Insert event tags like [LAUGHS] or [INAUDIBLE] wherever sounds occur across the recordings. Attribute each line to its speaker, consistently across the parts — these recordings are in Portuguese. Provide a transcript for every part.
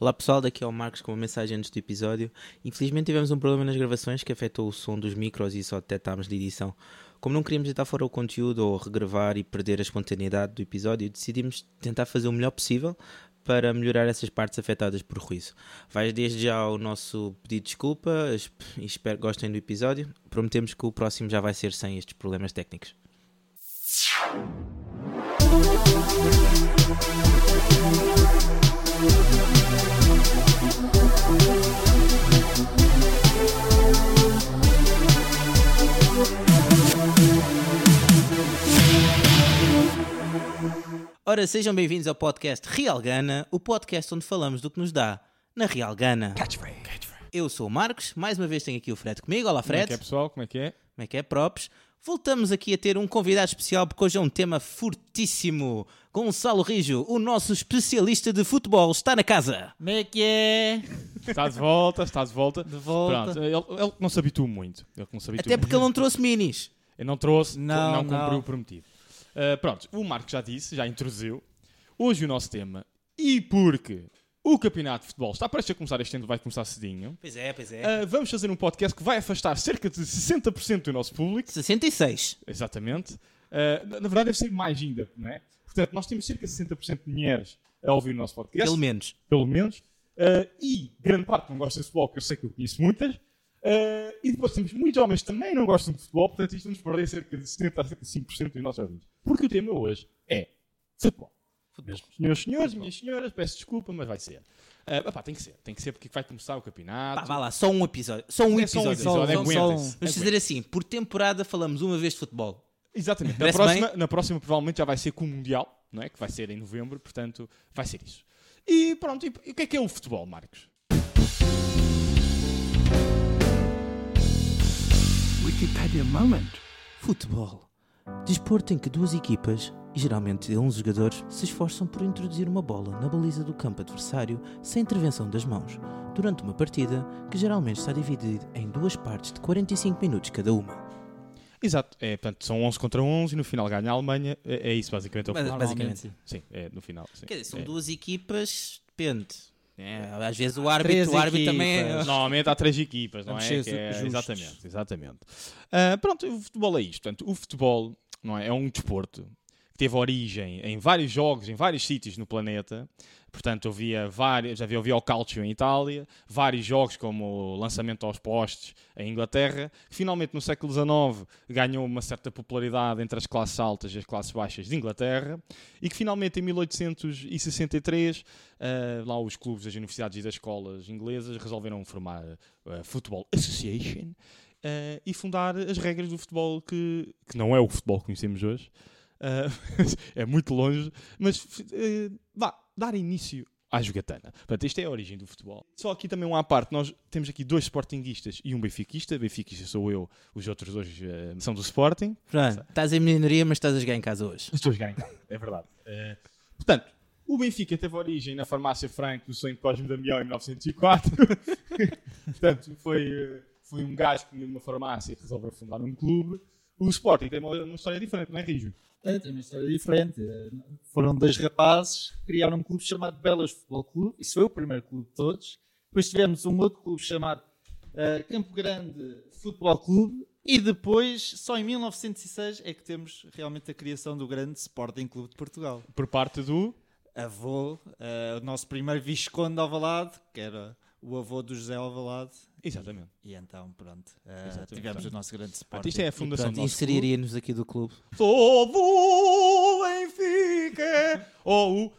Speaker 1: Olá pessoal, daqui é o Marcos com uma mensagem antes do episódio. Infelizmente tivemos um problema nas gravações que afetou o som dos micros e só detectámos de edição. Como não queríamos deitar fora o conteúdo ou regravar e perder a espontaneidade do episódio, decidimos tentar fazer o melhor possível para melhorar essas partes afetadas por ruído. Vais desde já o nosso pedido de desculpa e espero que gostem do episódio. Prometemos que o próximo já vai ser sem estes problemas técnicos. Ora, sejam bem-vindos ao podcast Real Gana, o podcast onde falamos do que nos dá na Real Gana.
Speaker 2: Catchphrase.
Speaker 1: Eu sou o Marcos, mais uma vez tenho aqui o Fred comigo. Olá, Fred.
Speaker 3: Como é que é, pessoal? Como é que é?
Speaker 1: Como é que é, props? Voltamos aqui a ter um convidado especial porque hoje é um tema fortíssimo. Gonçalo Rijo, o nosso especialista de futebol, está na casa.
Speaker 2: Como é que é?
Speaker 3: Está de volta, está de volta.
Speaker 2: De volta.
Speaker 3: Pronto, ele, ele não se habituou muito. Ele não se habitua
Speaker 1: Até porque ele
Speaker 3: muito.
Speaker 1: não trouxe minis.
Speaker 3: ele não trouxe,
Speaker 2: Não,
Speaker 3: não,
Speaker 2: não.
Speaker 3: cumpriu o prometido. Ah, pronto, o Marco já disse, já introduziu. Hoje o nosso tema, e porque o campeonato de futebol está prestes a começar, este ano vai começar cedinho.
Speaker 1: Pois é, pois é.
Speaker 3: ah, vamos fazer um podcast que vai afastar cerca de 60% do nosso público.
Speaker 1: 66.
Speaker 3: Exatamente. Ah, na na verdade, deve ser mais ainda, não é? Portanto, nós temos cerca de 60% de mulheres a ouvir o nosso podcast.
Speaker 1: Pelo menos.
Speaker 3: pelo menos, eh, e grande parte não gosta de futebol, que eu sei que eu conheço muitas, eh, e depois temos muitos homens que também não gostam de futebol, portanto isto nos perder cerca de 70% a 75% dos nossos ouvintes. Porque o tema hoje é futebol. Meus senhores, minhas senhoras, peço desculpa, mas vai ser. Eh, epá, tem que ser, tem que ser porque vai começar o campeonato.
Speaker 1: Pá, vá lá, só um episódio. Só um
Speaker 3: Ah, É só um
Speaker 1: episódio.
Speaker 3: episódio,
Speaker 2: só-
Speaker 3: aguentem-se.
Speaker 1: Vamos
Speaker 3: Aguentem-se.
Speaker 1: dizer assim, por temporada falamos uma vez de futebol.
Speaker 3: Exatamente. Na
Speaker 1: Parece
Speaker 3: próxima, na próxima, provavelmente, já vai ser com o Mundial, não é? Que vai ser em novembro, portanto, vai ser isso. E pronto, e, e o que é que é o futebol, Marcos?
Speaker 2: Wikipedia moment.
Speaker 1: Futebol. Desporto em que duas equipas, e geralmente de 11 jogadores, se esforçam por introduzir uma bola na baliza do campo adversário sem intervenção das mãos, durante uma partida que geralmente está dividida em duas partes de 45 minutos cada uma.
Speaker 3: Exato, é, portanto, são 11 contra 11 e no final ganha a Alemanha. É, é isso, basicamente. é o
Speaker 1: Mas-
Speaker 3: futebol.
Speaker 1: Basicamente.
Speaker 2: Normalmente.
Speaker 3: Sim, é no final. Sim.
Speaker 1: Quer dizer, são
Speaker 3: É.
Speaker 1: duas equipas, depende. É, às vezes o árbitro,
Speaker 2: Três
Speaker 1: o árbitro
Speaker 2: equipas.
Speaker 1: também é...
Speaker 3: Normalmente há três equipas, não
Speaker 2: Vamos
Speaker 3: é?
Speaker 2: ser
Speaker 3: Que é-
Speaker 2: justos.
Speaker 3: Exatamente, exatamente. Ah, pronto, o futebol é isto. Portanto, o futebol não é? é um desporto que teve origem em vários jogos, em vários sítios no planeta. Portanto, havia vários, havia, havia o calcio em Itália, vários jogos como o lançamento aos postes em Inglaterra. que Finalmente, no século XIX, ganhou uma certa popularidade entre as classes altas e as classes baixas de Inglaterra. E que finalmente, em 1863, ah, lá os clubes das universidades e das escolas inglesas resolveram formar a Football Association eh, e fundar as regras do futebol que, que não é o futebol que conhecemos hoje, eh, [LAUGHS] é muito longe, mas eh, vá, dar início à jogatana. Portanto, isto é a origem do futebol. Só aqui também uma à parte, nós temos aqui dois sportinguistas e um benfiquista, benfiquista sou eu, os outros dois eh, são do Sporting.
Speaker 1: Pronto, estás em minoria, mas estás a jogar em casa hoje.
Speaker 3: Estou a jogar em casa, é verdade. Eh, portanto, o Benfica teve origem na farmácia Franco do Santo Cosme Damião em 1904. [LAUGHS] portanto, foi, eh, foi um gajo que tinha uma farmácia e resolveu fundar um clube. O Sporting tem uma, uma história diferente, não é, Rijo?
Speaker 2: É, tem uma história diferente. Eh, Foram dois rapazes que criaram um clube chamado Belas Futebol Clube. Isso foi o primeiro clube de todos. Depois tivemos um outro clube chamado eh, Campo Grande Futebol Clube. E depois, só em 1906, é que temos realmente a criação do grande Sporting Clube de Portugal.
Speaker 3: Por parte do...
Speaker 2: Avô, eh, o nosso primeiro Visconde de Alvalade, que era o avô do José Alvalade.
Speaker 3: Exatamente.
Speaker 2: E então, pronto, eh,
Speaker 3: Exatamente.
Speaker 2: tivemos o nosso grande Sporting.
Speaker 3: Portanto, isto é a fundação do
Speaker 1: Pronto,
Speaker 3: nosso clube.
Speaker 1: inseriria-nos aqui do clube.
Speaker 3: Todo Benfica ou o...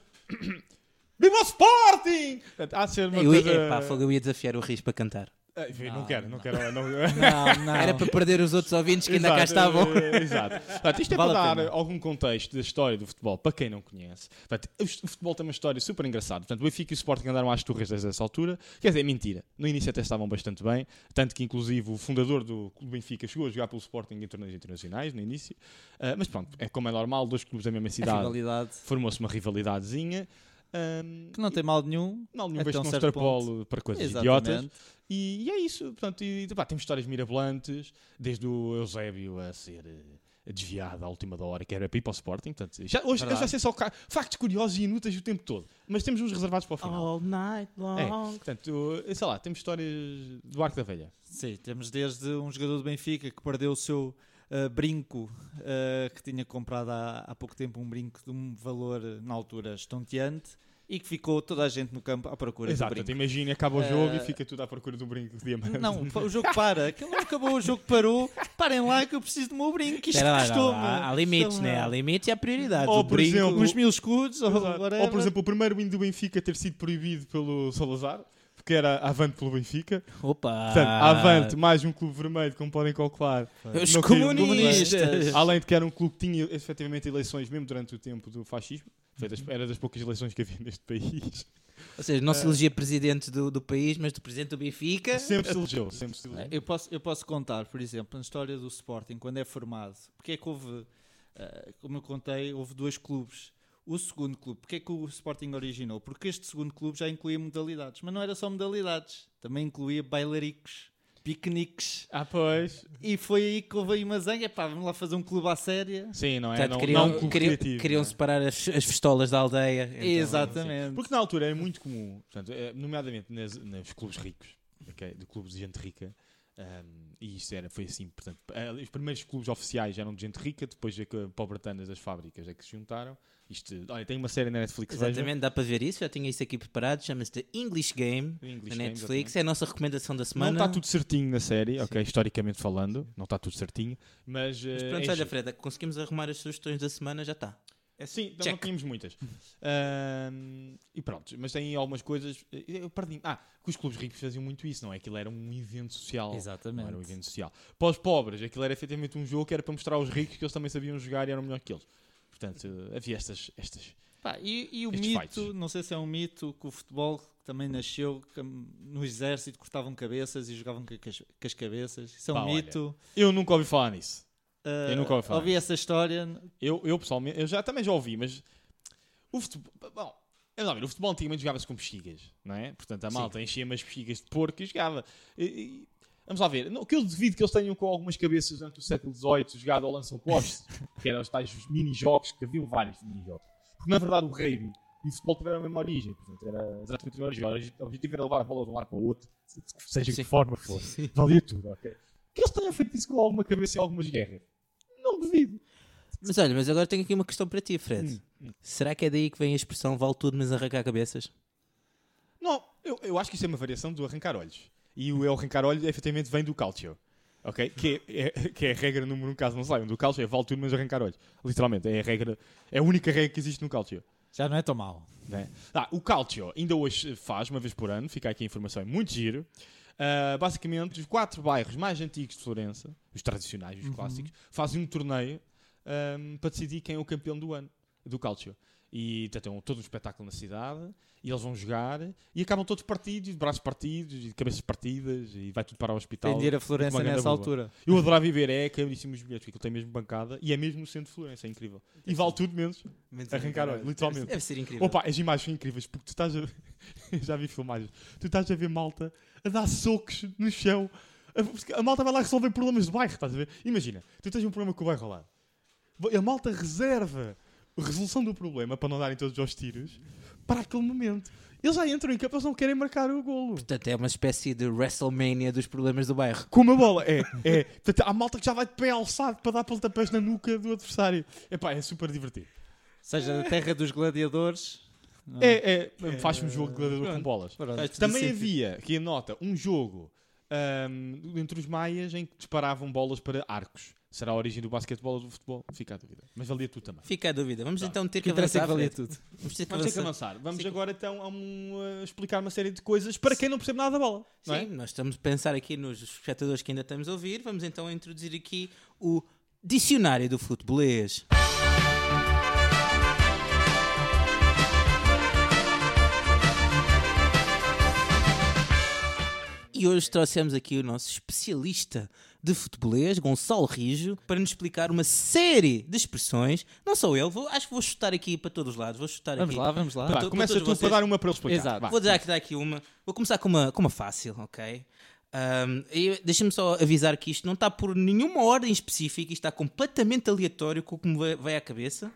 Speaker 3: [CLEARS THROAT] Viva o Sporting! Portanto, Há de ser uma
Speaker 1: Eu,
Speaker 3: coisa...
Speaker 1: epá, fogo, eu ia desafiar o Riz para cantar.
Speaker 3: Ah, enfim, não, quero, não quero, não
Speaker 2: Não, não.
Speaker 1: Era para perder os outros ouvintes que ainda cá
Speaker 3: Exato,
Speaker 1: estavam.
Speaker 3: eh, Exato. Portanto, isto é
Speaker 1: Vale a
Speaker 3: para dar
Speaker 1: pena.
Speaker 3: algum contexto da história do futebol, para quem não conhece. Portanto, o s- o futebol tem uma história super engraçada. Portanto, o Benfica e o Sporting andaram às turras desde essa altura. Quer dizer, é mentira. No início até estavam bastante bem. Tanto que, inclusive, o fundador do Clube Benfica chegou a jogar pelo Sporting em torneios internacionais, no início. Ah, mas pronto, é como é normal, dois clubes da mesma
Speaker 2: A
Speaker 3: cidade.
Speaker 2: rivalidade
Speaker 3: Formou-se uma rivalidadezinha. Ahm,
Speaker 2: que não tem mal nenhum.
Speaker 3: não, nenhum
Speaker 1: é
Speaker 2: Até
Speaker 3: beijo
Speaker 2: um
Speaker 3: não se
Speaker 2: certo
Speaker 3: extrapole para coisas idiotas.
Speaker 2: Exatamente.
Speaker 3: E, e é isso, portanto, e, pá, temos histórias mirabolantes, desde o Eusébio a ser eh, desviada à última da hora, que era para ir para o Sporting. Portanto, já, hoje
Speaker 1: Verdade.
Speaker 3: hoje vai ser só ca- factos curiosos e inúteis o tempo todo. Mas temos uns reservados para o final.
Speaker 1: All night
Speaker 4: Oh.
Speaker 1: long.
Speaker 3: Portanto, eh, sei lá, temos histórias do Arco da Velha.
Speaker 4: Sim, temos desde um jogador do Benfica que perdeu o seu ah, brinco ah, que tinha comprado há, há pouco tempo um brinco de um valor na altura estonteante e que ficou toda a gente no campo à procura
Speaker 3: Exato,
Speaker 4: do
Speaker 3: portanto,
Speaker 4: brinco.
Speaker 3: imagina, acaba o jogo e
Speaker 4: Eh,
Speaker 3: fica tudo à procura do brinco de diamante. [LAUGHS]
Speaker 4: Não, o jogo para, aquilo não acabou, o jogo parou. Parem lá que eu preciso do meu brinco. Isto Então,
Speaker 1: Espera lá, não,
Speaker 4: custou-me.
Speaker 1: há, há
Speaker 3: é
Speaker 1: limites, né? Há limites e há prioridades.
Speaker 3: Ou,
Speaker 1: o
Speaker 3: por
Speaker 1: brinco,
Speaker 3: exemplo,
Speaker 4: Uns mil escudos ou
Speaker 3: Exato.
Speaker 4: whatever.
Speaker 3: Ou, por exemplo, o primeiro win do Benfica ter sido proibido pelo Salazar, porque era avante pelo Benfica.
Speaker 1: Opa!
Speaker 3: Portanto,
Speaker 4: Ah.
Speaker 3: avante, mais um clube vermelho, como podem calcular.
Speaker 1: Os
Speaker 3: Não queriam
Speaker 1: comunistas!
Speaker 4: comunistas.
Speaker 3: Além de que era um clube que tinha efetivamente eleições mesmo durante o tempo do fascismo. Foi das-
Speaker 1: Uhum.
Speaker 3: Era das poucas eleições que havia neste país.
Speaker 1: Ou seja,
Speaker 3: É.
Speaker 1: não se elegia presidente do, do país, mas do presidente do Benfica.
Speaker 3: Sempre se elegeu, sempre se elegeu.
Speaker 4: Eu posso, eu posso contar, por exemplo, na história do Sporting, quando é formado, porque é que houve, eh, como eu contei, houve dois clubes. O segundo clube, porque é que o Sporting originou? Porque este segundo clube já incluía modalidades, mas não era só modalidades, também incluía bailaricos, piqueniques.
Speaker 3: Ah, pois.
Speaker 4: E foi aí que houve aí uma zanha, pá, vamos lá fazer um clube à séria.
Speaker 3: Sim, não é?
Speaker 1: Portanto,
Speaker 3: Não,
Speaker 1: queriam,
Speaker 3: não um clube
Speaker 1: queriam,
Speaker 3: criativo,
Speaker 1: queriam
Speaker 3: não é?
Speaker 1: separar as, as festolas da aldeia. Então,
Speaker 4: Exatamente.
Speaker 3: Porque na altura é muito comum, portanto, eh, nomeadamente nas- nos clubes ricos, ok? de clubes de gente rica, ahm, e isso era, foi assim, portanto, eh, os primeiros clubes oficiais eram de gente rica, depois é que pobretanas das fábricas é que se juntaram. Isto, olha, tem uma série na Netflix, vejam.
Speaker 1: Exatamente, dá para ver isso. Já tinha isso aqui preparado. Chama-se The English Game
Speaker 3: The English
Speaker 1: na
Speaker 3: Game,
Speaker 1: Netflix.
Speaker 3: exatamente.
Speaker 1: É a nossa recomendação da
Speaker 3: Não
Speaker 1: semana.
Speaker 3: está tudo certinho na série, ok? Historicamente falando, não está tudo certinho, mas.
Speaker 1: Mas
Speaker 3: eh,
Speaker 1: pronto,
Speaker 3: é
Speaker 1: olha,
Speaker 3: giro.
Speaker 1: Freda, conseguimos arrumar as sugestões da semana, já tá. está.
Speaker 3: É, sim, não, não
Speaker 1: Check.
Speaker 3: tínhamos muitas. Ahm, e pronto, mas tem algumas coisas. Eu perdi. Ah, que os clubes ricos faziam muito isso, não é? Aquilo era um evento social. Não era um
Speaker 4: Exatamente.
Speaker 3: evento social. Para os pobres, aquilo era efetivamente um jogo que era para mostrar aos ricos que eles também sabiam jogar e eram melhor que eles. Portanto, eh, havia estas. estas.
Speaker 4: Pá, e, e o
Speaker 3: Estes
Speaker 4: mito,
Speaker 3: fights.
Speaker 4: não sei se é um mito, que o futebol que também nasceu que, hum, no exército, cortavam cabeças e jogavam com as, com as cabeças. Isso é um
Speaker 3: Pá, olha,
Speaker 4: mito.
Speaker 3: Eu nunca ouvi falar nisso.
Speaker 4: Ah,
Speaker 3: eu nunca ouvi falar
Speaker 4: essa história.
Speaker 3: Eu, eu pessoalmente, eu já, também já ouvi, mas o futebol. Bom, eu não, o futebol antigamente jogava-se com bexigas, não é? Portanto, a malta enchia umas bexigas de porco e jogava. E- e- vamos lá ver. Não, o que eu duvido que eles tenham com algumas cabeças durante o século XVIII jogado ao lança-poste, que eram os tais mini-jogos, que haviam vários mini-jogos. Porque na verdade o rugby e o futebol tiveram a mesma origem. Portanto, era exatamente a mesma origem. O objetivo era levar a bola de um lado para o outro, seja de que forma for. Valia tudo, ok? Que eles tenham feito isso com alguma cabeça em algumas guerras. Não duvido.
Speaker 1: Mas olha, mas agora tenho aqui uma questão para ti, Fred.
Speaker 3: Hum,
Speaker 1: Será que é daí que vem a expressão vale tudo, mas arrancar cabeças?
Speaker 3: Não, eu, eu acho que isso é uma variação do arrancar olhos. E o eu arrancar olhos, efetivamente, vem do calcio. Ok? Que é, é- que é a regra número um, caso não saibam. Do calcio é vale tudo, mas arrancar olhos. Literalmente, é a regra, é a única regra que existe no calcio.
Speaker 4: Já não é tão mal.
Speaker 3: né? Ah, o calcio ainda hoje eh, faz, uma vez por ano, fica aqui a informação, é muito giro. Ah, basicamente, os quatro bairros mais antigos de Florença, os tradicionais, os clássicos, fazem um torneio ahm, para decidir quem é o campeão do ano do calcio. E portanto, é um- todo um espetáculo na cidade, e eles vão jogar, e acabam todos partidos, braços partidos, e cabeças partidas, e vai tudo para o hospital.
Speaker 4: Vender a
Speaker 3: Uma
Speaker 4: Florença
Speaker 3: grande
Speaker 4: nessa
Speaker 3: boba.
Speaker 4: altura.
Speaker 3: Eu adorava viver, é caríssimos bilhetes, porque ele tem mesmo bancada, e é mesmo no centro de Florença, é incrível. E vale tudo menos
Speaker 1: É,
Speaker 3: arrancar olhos, literalmente.
Speaker 1: Deve ser incrível.
Speaker 3: Opa, as imagens são incríveis, porque tu estás a. Eu [LAUGHS] já vi filmagens. Tu estás a ver malta a dar socos no chão. A- porque A malta vai lá resolver problemas de bairro, estás a ver? Imagina, tu tens um problema com o bairro ao lado. A malta reserva a resolução do problema para não darem todos aos tiros para aquele momento. Eles já entram em campo, eles não querem marcar o golo.
Speaker 1: Portanto, é uma espécie de WrestleMania dos problemas do bairro.
Speaker 3: Com uma bola, é, é. Portanto, há malta que já vai de pé alçado para dar pontapés na nuca do adversário. Epá, é super divertido.
Speaker 4: Seja da terra dos gladiadores. não é?
Speaker 3: É, é, faz-me um jogo de gladiador com bolas.
Speaker 4: Pronto.
Speaker 3: Também havia, aqui a nota, um jogo ahm, entre os maias em que disparavam bolas para arcos. Será a origem do basquetebol ou do futebol? Fica a dúvida. Mas valia tudo também.
Speaker 1: Fica a dúvida. Vamos então ter
Speaker 4: O que
Speaker 1: que
Speaker 4: interessa é
Speaker 1: avançar.
Speaker 4: que valia
Speaker 1: Fred.
Speaker 4: tudo.
Speaker 1: Vamos ter que
Speaker 3: Vamos ter que
Speaker 1: avançar.
Speaker 3: avançar. Vamos
Speaker 1: Sim.
Speaker 3: agora então a um, uh, explicar uma série de coisas para quem não percebe nada da bola. Não
Speaker 1: Sim,
Speaker 3: é?
Speaker 1: nós estamos a pensar aqui nos espectadores que ainda estamos a ouvir. Vamos então introduzir aqui o Dicionário do Futebolês. E hoje trouxemos aqui o nosso especialista de futebolês, Gonçalo Rijo, para nos explicar uma série de expressões. Não sou eu, vou- acho que vou chutar aqui para todos os lados. Vou chutar
Speaker 4: Vamos
Speaker 1: aqui.
Speaker 4: lá, vamos lá.
Speaker 3: Vá,
Speaker 1: tu- para
Speaker 3: começa tu
Speaker 1: todos
Speaker 3: para
Speaker 1: Então, vocês.
Speaker 3: dar uma para eu explicar.
Speaker 4: Exato.
Speaker 3: Vá.
Speaker 1: Vou dar aqui, dar aqui uma. Vou começar com uma, com uma fácil, ok? Ahm, e Deixa-me só avisar que isto não está por nenhuma ordem específica, isto está completamente aleatório com o que me vai- vai à cabeça,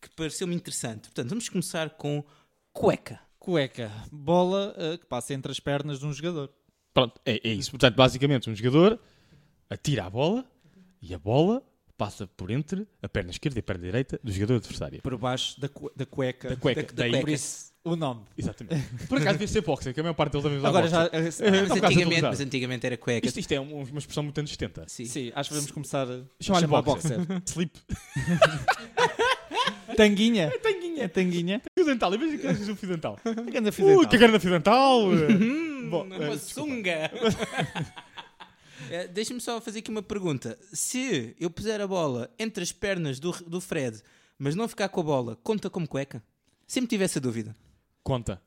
Speaker 1: que pareceu-me interessante. Portanto, vamos começar com cueca.
Speaker 4: Cueca, bola eh, que passa entre as pernas de um jogador.
Speaker 3: Pronto, é, é isso. Portanto, basicamente, um jogador atira a bola e a bola passa por entre a perna esquerda e a perna direita do jogador adversário.
Speaker 4: Por baixo da, cu- da cueca.
Speaker 3: Da cueca.
Speaker 1: da- da
Speaker 3: Daí,
Speaker 1: cueca.
Speaker 4: Por isso, o nome.
Speaker 3: Exatamente. Por acaso devia ser boxer, que a maior parte deles também usa
Speaker 4: Agora já.
Speaker 3: boxer.
Speaker 4: eh,
Speaker 1: Mas
Speaker 3: [LAUGHS] por acaso
Speaker 1: antigamente,
Speaker 3: não
Speaker 1: mas antigamente era cueca.
Speaker 3: Isto, isto é um- uma expressão muito anos 70.
Speaker 1: Sim.
Speaker 4: Sim, acho que vamos começar a
Speaker 3: Chamar-lhe
Speaker 4: chamar
Speaker 3: boxer.
Speaker 4: boxer.
Speaker 3: [LAUGHS] Sleep.
Speaker 4: Tanguinha. É tanguinha.
Speaker 3: [LAUGHS]
Speaker 4: É tanguinha.
Speaker 3: Fio dental. Imagina que às vezes o fio dental.
Speaker 4: A grande
Speaker 3: Ui,
Speaker 4: fidelidade.
Speaker 3: que grande fio dental.
Speaker 4: Uhum.
Speaker 3: Bom,
Speaker 1: Uma
Speaker 3: eh,
Speaker 1: sunga! [LAUGHS] Eh, Deixa-me só fazer aqui uma pergunta. Se eu puser a bola entre as pernas do, do Fred, mas não ficar com a bola, conta como cueca? Sempre tive essa dúvida.
Speaker 3: Conta.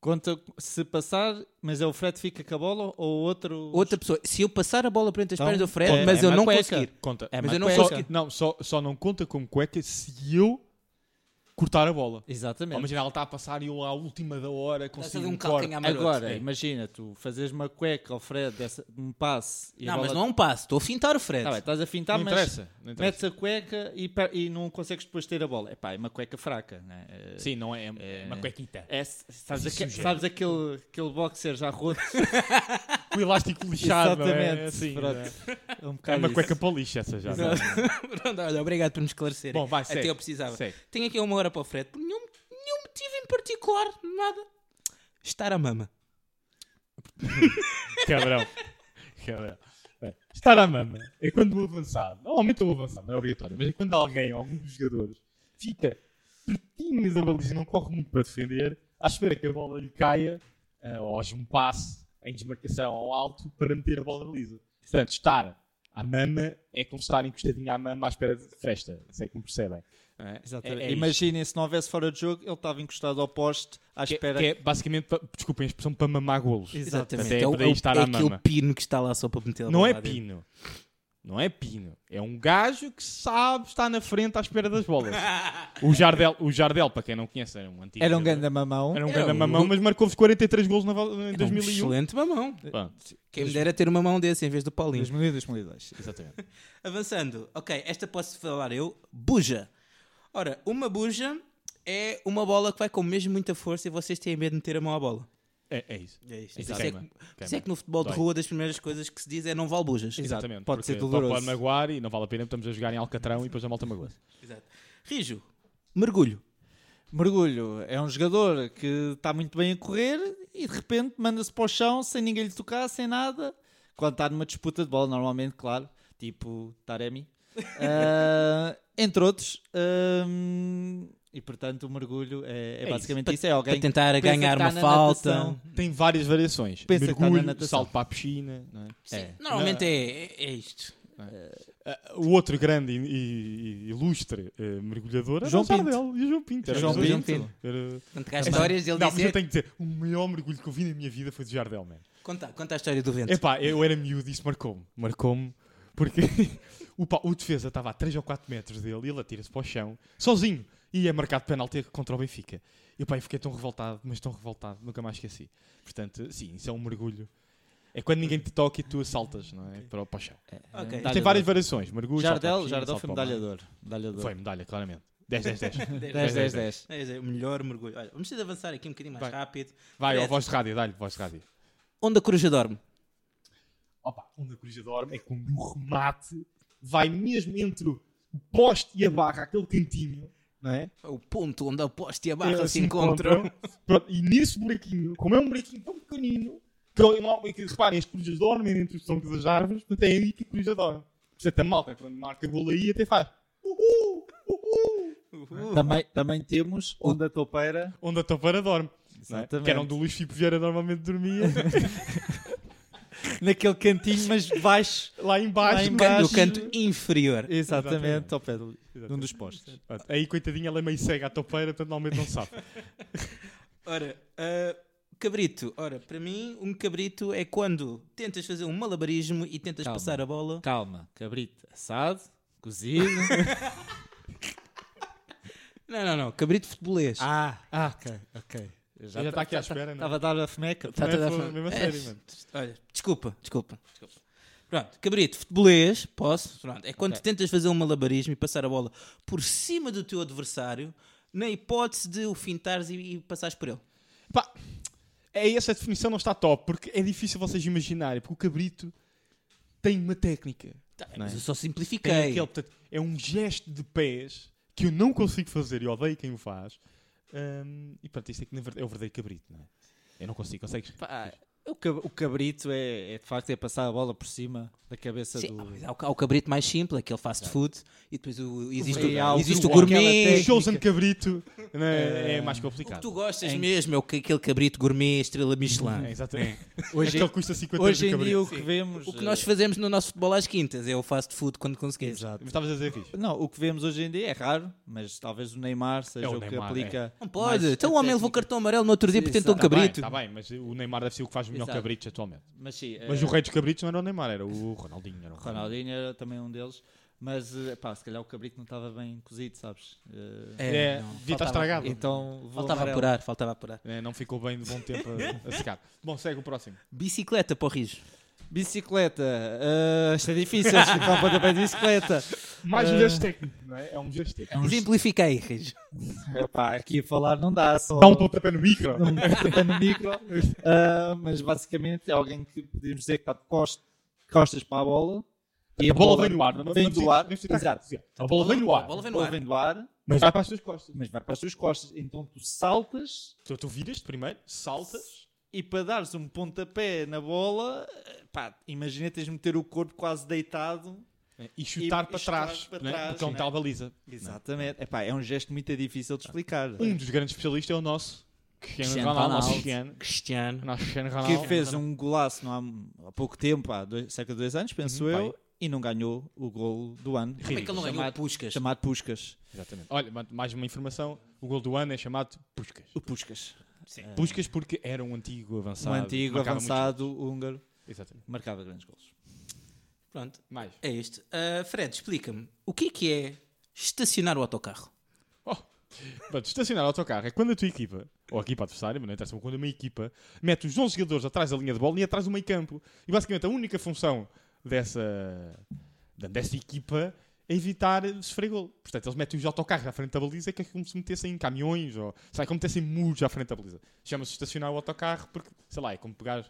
Speaker 4: Conta se passar, mas é o Fred que fica com a bola ou outro.
Speaker 1: Outra pessoa, se eu passar a bola por entre as
Speaker 4: Então,
Speaker 1: pernas do Fred,
Speaker 4: é-
Speaker 1: mas
Speaker 4: é
Speaker 1: eu
Speaker 4: uma
Speaker 1: não
Speaker 4: cueca.
Speaker 1: conseguir.
Speaker 3: Conta.
Speaker 4: É
Speaker 1: Mas
Speaker 4: uma
Speaker 1: eu não
Speaker 4: cueca.
Speaker 3: Só que- não, só, só não conta como cueca se eu cortar a bola. Ou
Speaker 4: Exatamente.
Speaker 3: Imagina, ela está a passar e eu à última da hora
Speaker 1: Estás a
Speaker 3: consigo
Speaker 1: dar um
Speaker 3: corte.
Speaker 1: calcanhar maroto.
Speaker 4: Agora,
Speaker 3: É.
Speaker 4: imagina, tu fazes uma cueca ao Fred, dessa, um passe. E a
Speaker 1: Não,
Speaker 4: bola...
Speaker 1: mas não é um passo, estou a fintar o Fred.
Speaker 4: Tá
Speaker 1: [LAUGHS]
Speaker 4: bem, estás a fintar,
Speaker 3: não
Speaker 4: mas
Speaker 3: interessa. Não interessa.
Speaker 4: metes a cueca e, pe- e não consegues depois ter a bola. Epá, é uma cueca fraca, né? É-
Speaker 3: Sim, não é, é uma cuequita.
Speaker 4: é- sabes,
Speaker 3: Isso
Speaker 4: aque-
Speaker 3: sugere.
Speaker 4: sabes aquele, aquele boxer
Speaker 3: [LAUGHS]
Speaker 4: já roto?
Speaker 3: O elástico lixado. não é?
Speaker 4: Exatamente.
Speaker 3: É assim,
Speaker 4: Pronto.
Speaker 3: não é?
Speaker 4: É um
Speaker 3: É
Speaker 4: bocado
Speaker 3: uma
Speaker 4: isso.
Speaker 3: cueca para o lixo essa já. não é?
Speaker 1: Pronto, olha, obrigado por nos esclarecer.
Speaker 3: Bom, vai,
Speaker 1: Até
Speaker 3: segue.
Speaker 1: eu precisava.
Speaker 3: Segue.
Speaker 1: Tenho aqui uma hora para o Fred, por nenhum, nenhum motivo em particular, nada. Estar à mama.
Speaker 3: [LAUGHS] Cabrão. Cabrão. Bem, Estar à mama é quando o avançado, normalmente o avançado, não é obrigatório, mas é quando alguém, algum dos jogadores, fica pertinho da baliza e não corre muito para defender, à espera que a bola lhe caia, ah, ou haja um passe em desmarcação ao alto para meter a bola na baliza. Portanto, estar à mama é como estar encostadinho à mama à espera de fresta, sei como percebem.
Speaker 4: Exatamente.
Speaker 3: É- é
Speaker 4: Imaginem se não houvesse fora de jogo, ele estava encostado ao poste à
Speaker 3: Que,
Speaker 4: espera.
Speaker 3: que é basicamente, pa- desculpem a expressão, para mamar golos.
Speaker 1: Exatamente.
Speaker 3: Até
Speaker 1: É, o,
Speaker 3: para
Speaker 1: é, o,
Speaker 3: estar
Speaker 1: é
Speaker 3: à
Speaker 1: aquele
Speaker 3: mama.
Speaker 1: pino que está lá só para meter a
Speaker 3: Não
Speaker 1: bola
Speaker 3: é
Speaker 1: lá dentro.
Speaker 3: pino. Não é pino. É um gajo que sabe estar na frente à espera das
Speaker 1: [LAUGHS]
Speaker 3: bolas. o, Jardel, o Jardel, para quem não conhece, era um antigo.
Speaker 4: Era um
Speaker 3: jogador.
Speaker 4: grande mamão.
Speaker 3: Era um
Speaker 1: Era
Speaker 3: grande
Speaker 1: um-
Speaker 3: mamão, mas marcou-vos 43 golos na, val- em
Speaker 1: Era um
Speaker 3: 2001.
Speaker 1: excelente mamão.
Speaker 3: Pá,
Speaker 1: Quem me dera ter uma mão desse em vez do Paulinho.
Speaker 4: 2000 e 2002.
Speaker 3: exatamente.
Speaker 1: Avançando, ok, esta posso falar eu. Buja. Ora, uma buja é uma bola que vai com mesmo muita força e vocês têm medo de meter a mão à bola.
Speaker 3: É, é isso.
Speaker 1: É isto.
Speaker 3: Isso
Speaker 1: Por isso é, que,
Speaker 3: queima,
Speaker 1: por isso
Speaker 3: queima.
Speaker 1: é que no futebol de
Speaker 3: Dói.
Speaker 1: rua, das primeiras coisas que se diz é não vale bujas.
Speaker 4: Exato.
Speaker 3: Exatamente.
Speaker 4: Pode ser
Speaker 3: porque
Speaker 4: doloroso.
Speaker 3: Pode magoar e não vale a pena, estamos a jogar em Alcatrão e depois a malta magoa.
Speaker 1: Exato. Rijo, mergulho.
Speaker 4: Mergulho é um jogador que está muito bem a correr e de repente manda-se para o chão sem ninguém lhe tocar, sem nada. Quando está numa disputa de bola, normalmente, claro, tipo Taremi, Ah, entre outros. Ahm, e portanto, o mergulho é, é
Speaker 3: isso.
Speaker 4: basicamente isso. É alguém
Speaker 1: Para tentar
Speaker 4: que pensa
Speaker 1: ganhar
Speaker 4: que
Speaker 3: tá
Speaker 4: está
Speaker 1: uma
Speaker 4: na
Speaker 1: falta.
Speaker 4: natação.
Speaker 3: Tem várias variações.
Speaker 4: Pensa que está na
Speaker 3: Mergulho,
Speaker 4: natação.
Speaker 3: salto para a piscina. não é?
Speaker 1: Sim,
Speaker 4: É.
Speaker 1: Normalmente é, é- é isto.
Speaker 3: Ah, O outro grande e, e- e ilustre eh, mergulhador era
Speaker 4: João
Speaker 3: o Jardel. E o João Pinto. Era
Speaker 4: João
Speaker 3: um dos-
Speaker 4: Pinto.
Speaker 3: era-
Speaker 1: Portanto, que há histórias ele
Speaker 3: É. não, mas eu
Speaker 1: dizer...
Speaker 3: tenho que dizer, o maior mergulho que eu vi na minha vida foi do Jardel, man.
Speaker 1: Conta, conta a história do vento.
Speaker 3: Epá, eu era miúdo e isso marcou-me. Marcou-me porque [LAUGHS] o, pá- o defesa estava a 3 ou 4 metros dele e ele atira-se para o chão, sozinho, e é marcado penalti contra o Benfica. E pá, eu fiquei tão revoltado, mas tão revoltado, nunca mais esqueci. Portanto, sim, isso é um mergulho. É quando ninguém te toca e tu assaltas, não é? Para, o- para o chão.
Speaker 1: Ok.
Speaker 4: medalhador.
Speaker 3: Tem várias variações. Mergulho, salto para a
Speaker 4: Jardel,
Speaker 3: piscina,
Speaker 4: Jardel
Speaker 3: salto
Speaker 4: foi
Speaker 3: para o mar.
Speaker 4: medalhador. medalhador.
Speaker 3: Foi medalha, claramente. 10, 10, 10.
Speaker 4: [LAUGHS] 10, 10, 10.
Speaker 1: É, é o melhor mergulho. Olha, vamos ter de avançar aqui um bocadinho mais
Speaker 3: Vai.
Speaker 1: rápido.
Speaker 3: Vai, ó, voz de rádio, dá-lhe voz de rádio.
Speaker 1: Onde a coruja dorme.
Speaker 3: Opa, onde a coruja dorme é quando o remate vai mesmo entre o poste e a barra, aquele cantinho, não é?
Speaker 1: O ponto onde a poste e a barra
Speaker 3: Eles
Speaker 1: se encontram.
Speaker 3: Pronto, e nesse buraquinho, como é um buraquinho tão pequenino, que, é eu- não- que reparem, as corujas dormem dentro dos troncos das árvores, portanto é aí que a coruja dorme. Portanto, a malta, quando marca gol aí, até faz uhul, uhul,
Speaker 4: Também, também temos onde a topeira.
Speaker 3: onde a topeira dorme. não é?
Speaker 4: Exatamente.
Speaker 3: Que era onde o Luís Fipo Vieira normalmente dormia,
Speaker 4: Naquele cantinho, mas baixo.
Speaker 3: [LAUGHS] lá embaixo.
Speaker 4: Lá
Speaker 3: no-
Speaker 4: embaixo.
Speaker 1: No canto inferior.
Speaker 4: Exatamente, ao pé do,
Speaker 3: Exatamente.
Speaker 4: num dos postes.
Speaker 3: Pronto, Aí, coitadinha, ela é meio cega à topeira, portanto normalmente não sabe.
Speaker 1: Ora, ah, cabrito. Ora, para mim, um cabrito é quando tentas fazer um malabarismo e tentas
Speaker 4: Calma.
Speaker 1: passar a bola.
Speaker 4: Calma, cabrito assado, cozido.
Speaker 1: Não, não, não. Cabrito futebolês.
Speaker 4: ah, ah, ok, ok.
Speaker 3: Já está aqui à espera, não é?
Speaker 4: Estava a dar a femeca.
Speaker 1: Tá toda a
Speaker 3: Foi
Speaker 1: fa-
Speaker 3: mesmo a
Speaker 1: É,
Speaker 3: sério, mano.
Speaker 1: Olha, desculpa, desculpa, desculpa. Pronto, cabrito, futebolês, posso? Pronto, é quando tentas fazer um malabarismo e passar a bola por cima do teu adversário, na hipótese de o fintares e, e passares por ele.
Speaker 3: Pá, é essa a definição não está top, porque é difícil vocês imaginarem, porque o cabrito tem uma técnica. não
Speaker 1: Tá,
Speaker 3: é?
Speaker 1: Mas eu só simplifiquei.
Speaker 3: Tem aquele, portanto, é um gesto de pés que eu não consigo fazer e odeio quem o faz. Hum, e pronto, isto é, que, na verdade, é o verdadeiro cabrito, não é? Eu não consigo, consegues?
Speaker 4: Pá, o, cab- o cabrito é, é, de facto é passar a bola por cima da cabeça
Speaker 1: Sim, ah, é-
Speaker 4: do.
Speaker 1: há, o, há o cabrito mais simples, aquele fast food, e depois o- existe,
Speaker 4: E há
Speaker 1: o,
Speaker 4: o-
Speaker 1: Ah, existe o
Speaker 4: aquela
Speaker 1: gourmet.
Speaker 3: O
Speaker 4: técnica.
Speaker 3: Chosen Cabrito não é, é mais
Speaker 1: O que
Speaker 3: complicado.
Speaker 1: tu gostas mesmo é o que- aquele cabrito gourmet estrela Michelin.
Speaker 3: É, exatamente.
Speaker 4: Hoje,
Speaker 3: Aquele que custa 50 euros o
Speaker 4: hoje em dia
Speaker 3: cabrito.
Speaker 4: o que vemos.
Speaker 1: O que nós fazemos no nosso futebol às quintas é o fast food quando conseguimos.
Speaker 4: Exato.
Speaker 3: Mas estavas a dizer aqui.
Speaker 4: eh, Não, o que vemos hoje em dia é raro, mas talvez o Neymar seja
Speaker 3: É o
Speaker 4: o, que
Speaker 3: Neymar,
Speaker 4: aplica.
Speaker 1: Não pode.
Speaker 4: mais
Speaker 1: Então o homem
Speaker 4: técnica.
Speaker 1: levou cartão amarelo no outro dia
Speaker 4: Sim,
Speaker 1: porque tentou um
Speaker 4: exato.
Speaker 3: Tá bem,
Speaker 1: cabrito.
Speaker 3: tá bem, mas o Neymar deve ser o que faz o melhor
Speaker 4: Exato.
Speaker 3: cabritos atualmente.
Speaker 4: Mas sim,
Speaker 3: Mas
Speaker 4: eh,
Speaker 3: o rei dos cabritos não era o Neymar, era o Ronaldinho. Era o
Speaker 4: Ronaldinho era também um deles. Mas eh, pá, se calhar o cabrito não estava bem cozido, sabes? Eh,
Speaker 3: É,
Speaker 1: não.
Speaker 3: devia estar
Speaker 1: Faltava-
Speaker 3: estragado.
Speaker 4: Então vou
Speaker 1: Faltava
Speaker 4: amarelo.
Speaker 1: apurar, faltava apurar.
Speaker 3: É, não ficou bem de bom tempo a, a secar. Bom, segue o próximo.
Speaker 1: Bicicleta para o Rijo.
Speaker 4: Bicicleta. eh, isto é difícil, ficar um pontapé de bicicleta.
Speaker 3: Mais
Speaker 4: um
Speaker 3: um
Speaker 4: Eh,
Speaker 3: gesto técnico, não é? É um gesto técnico.
Speaker 1: Simplifiquei, Rijo.
Speaker 2: Epá, aqui a falar não dá, só
Speaker 3: Dá um pontapé no micro.
Speaker 2: um pontapé no micro. Ah, mas basicamente é alguém que podemos dizer que está de cost- costas para a bola. E
Speaker 3: A bola vem no ar, não é?
Speaker 2: Vem
Speaker 3: Não
Speaker 2: do
Speaker 3: precisa-
Speaker 2: ar,
Speaker 3: não precisa-
Speaker 2: exato.
Speaker 3: A Tá, bola vem no ar.
Speaker 1: A bola
Speaker 2: A
Speaker 1: vem no
Speaker 2: bola
Speaker 1: ar.
Speaker 2: vem do ar,
Speaker 3: Mas vai para as tuas costas.
Speaker 2: mas vai para as tuas costas. Então tu saltas,
Speaker 3: Tu, tu viras primeiro, saltas.
Speaker 4: E para dares um pontapé na bola, eh, pá, imagina tens de meter o corpo quase deitado.
Speaker 3: né, E chutar
Speaker 4: E-
Speaker 3: para
Speaker 4: e chutar
Speaker 3: trás,
Speaker 4: para
Speaker 3: né,
Speaker 4: trás,
Speaker 3: porque é um
Speaker 4: né?
Speaker 3: tal baliza.
Speaker 4: Exatamente. Epá, é um gesto muito difícil de explicar.
Speaker 3: Um dos grandes especialistas é o nosso Cristiano
Speaker 1: Cristiano
Speaker 3: Ronaldo. nosso
Speaker 1: Ronaldo.
Speaker 3: Cristiano.
Speaker 1: Cristiano.
Speaker 3: Nosso Cristiano Ronaldo.
Speaker 4: que fez um golaço não há, há pouco tempo, há dois- cerca de dois anos, penso
Speaker 3: Uhum,
Speaker 4: eu, e não ganhou o gol do ano.
Speaker 1: Como é que ele não ganhou o
Speaker 4: Chamado-
Speaker 1: Puskas?
Speaker 4: Chamado Puscas.
Speaker 3: Exatamente. Olha, ma- mais uma informação. O gol do ano é chamado Puskas.
Speaker 4: O Puscas.
Speaker 1: É.
Speaker 3: Puskas porque era um antigo
Speaker 4: Um
Speaker 3: avançado.
Speaker 4: antigo
Speaker 3: marcava
Speaker 4: avançado húngaro.
Speaker 3: muitos gols. Exatamente.
Speaker 4: Marcava grandes gols.
Speaker 1: Pronto,
Speaker 3: Mais.
Speaker 1: é isto. Ah, Fred, explica-me, o que é que é estacionar o autocarro?
Speaker 3: Oh. Pronto, estacionar o autocarro é quando a tua equipa, ou a equipa adversária, mas não interessa, quando uma equipa mete os 11 jogadores atrás da linha de bola e atrás do meio campo. E basicamente a única função dessa, da- dessa equipa é evitar sofrer gol. Portanto, eles metem os autocarros à frente da baliza que é como se metessem em caminhões ou sai como metessem muros à frente da baliza. Chama-se estacionar o autocarro porque, sei lá, é como pegar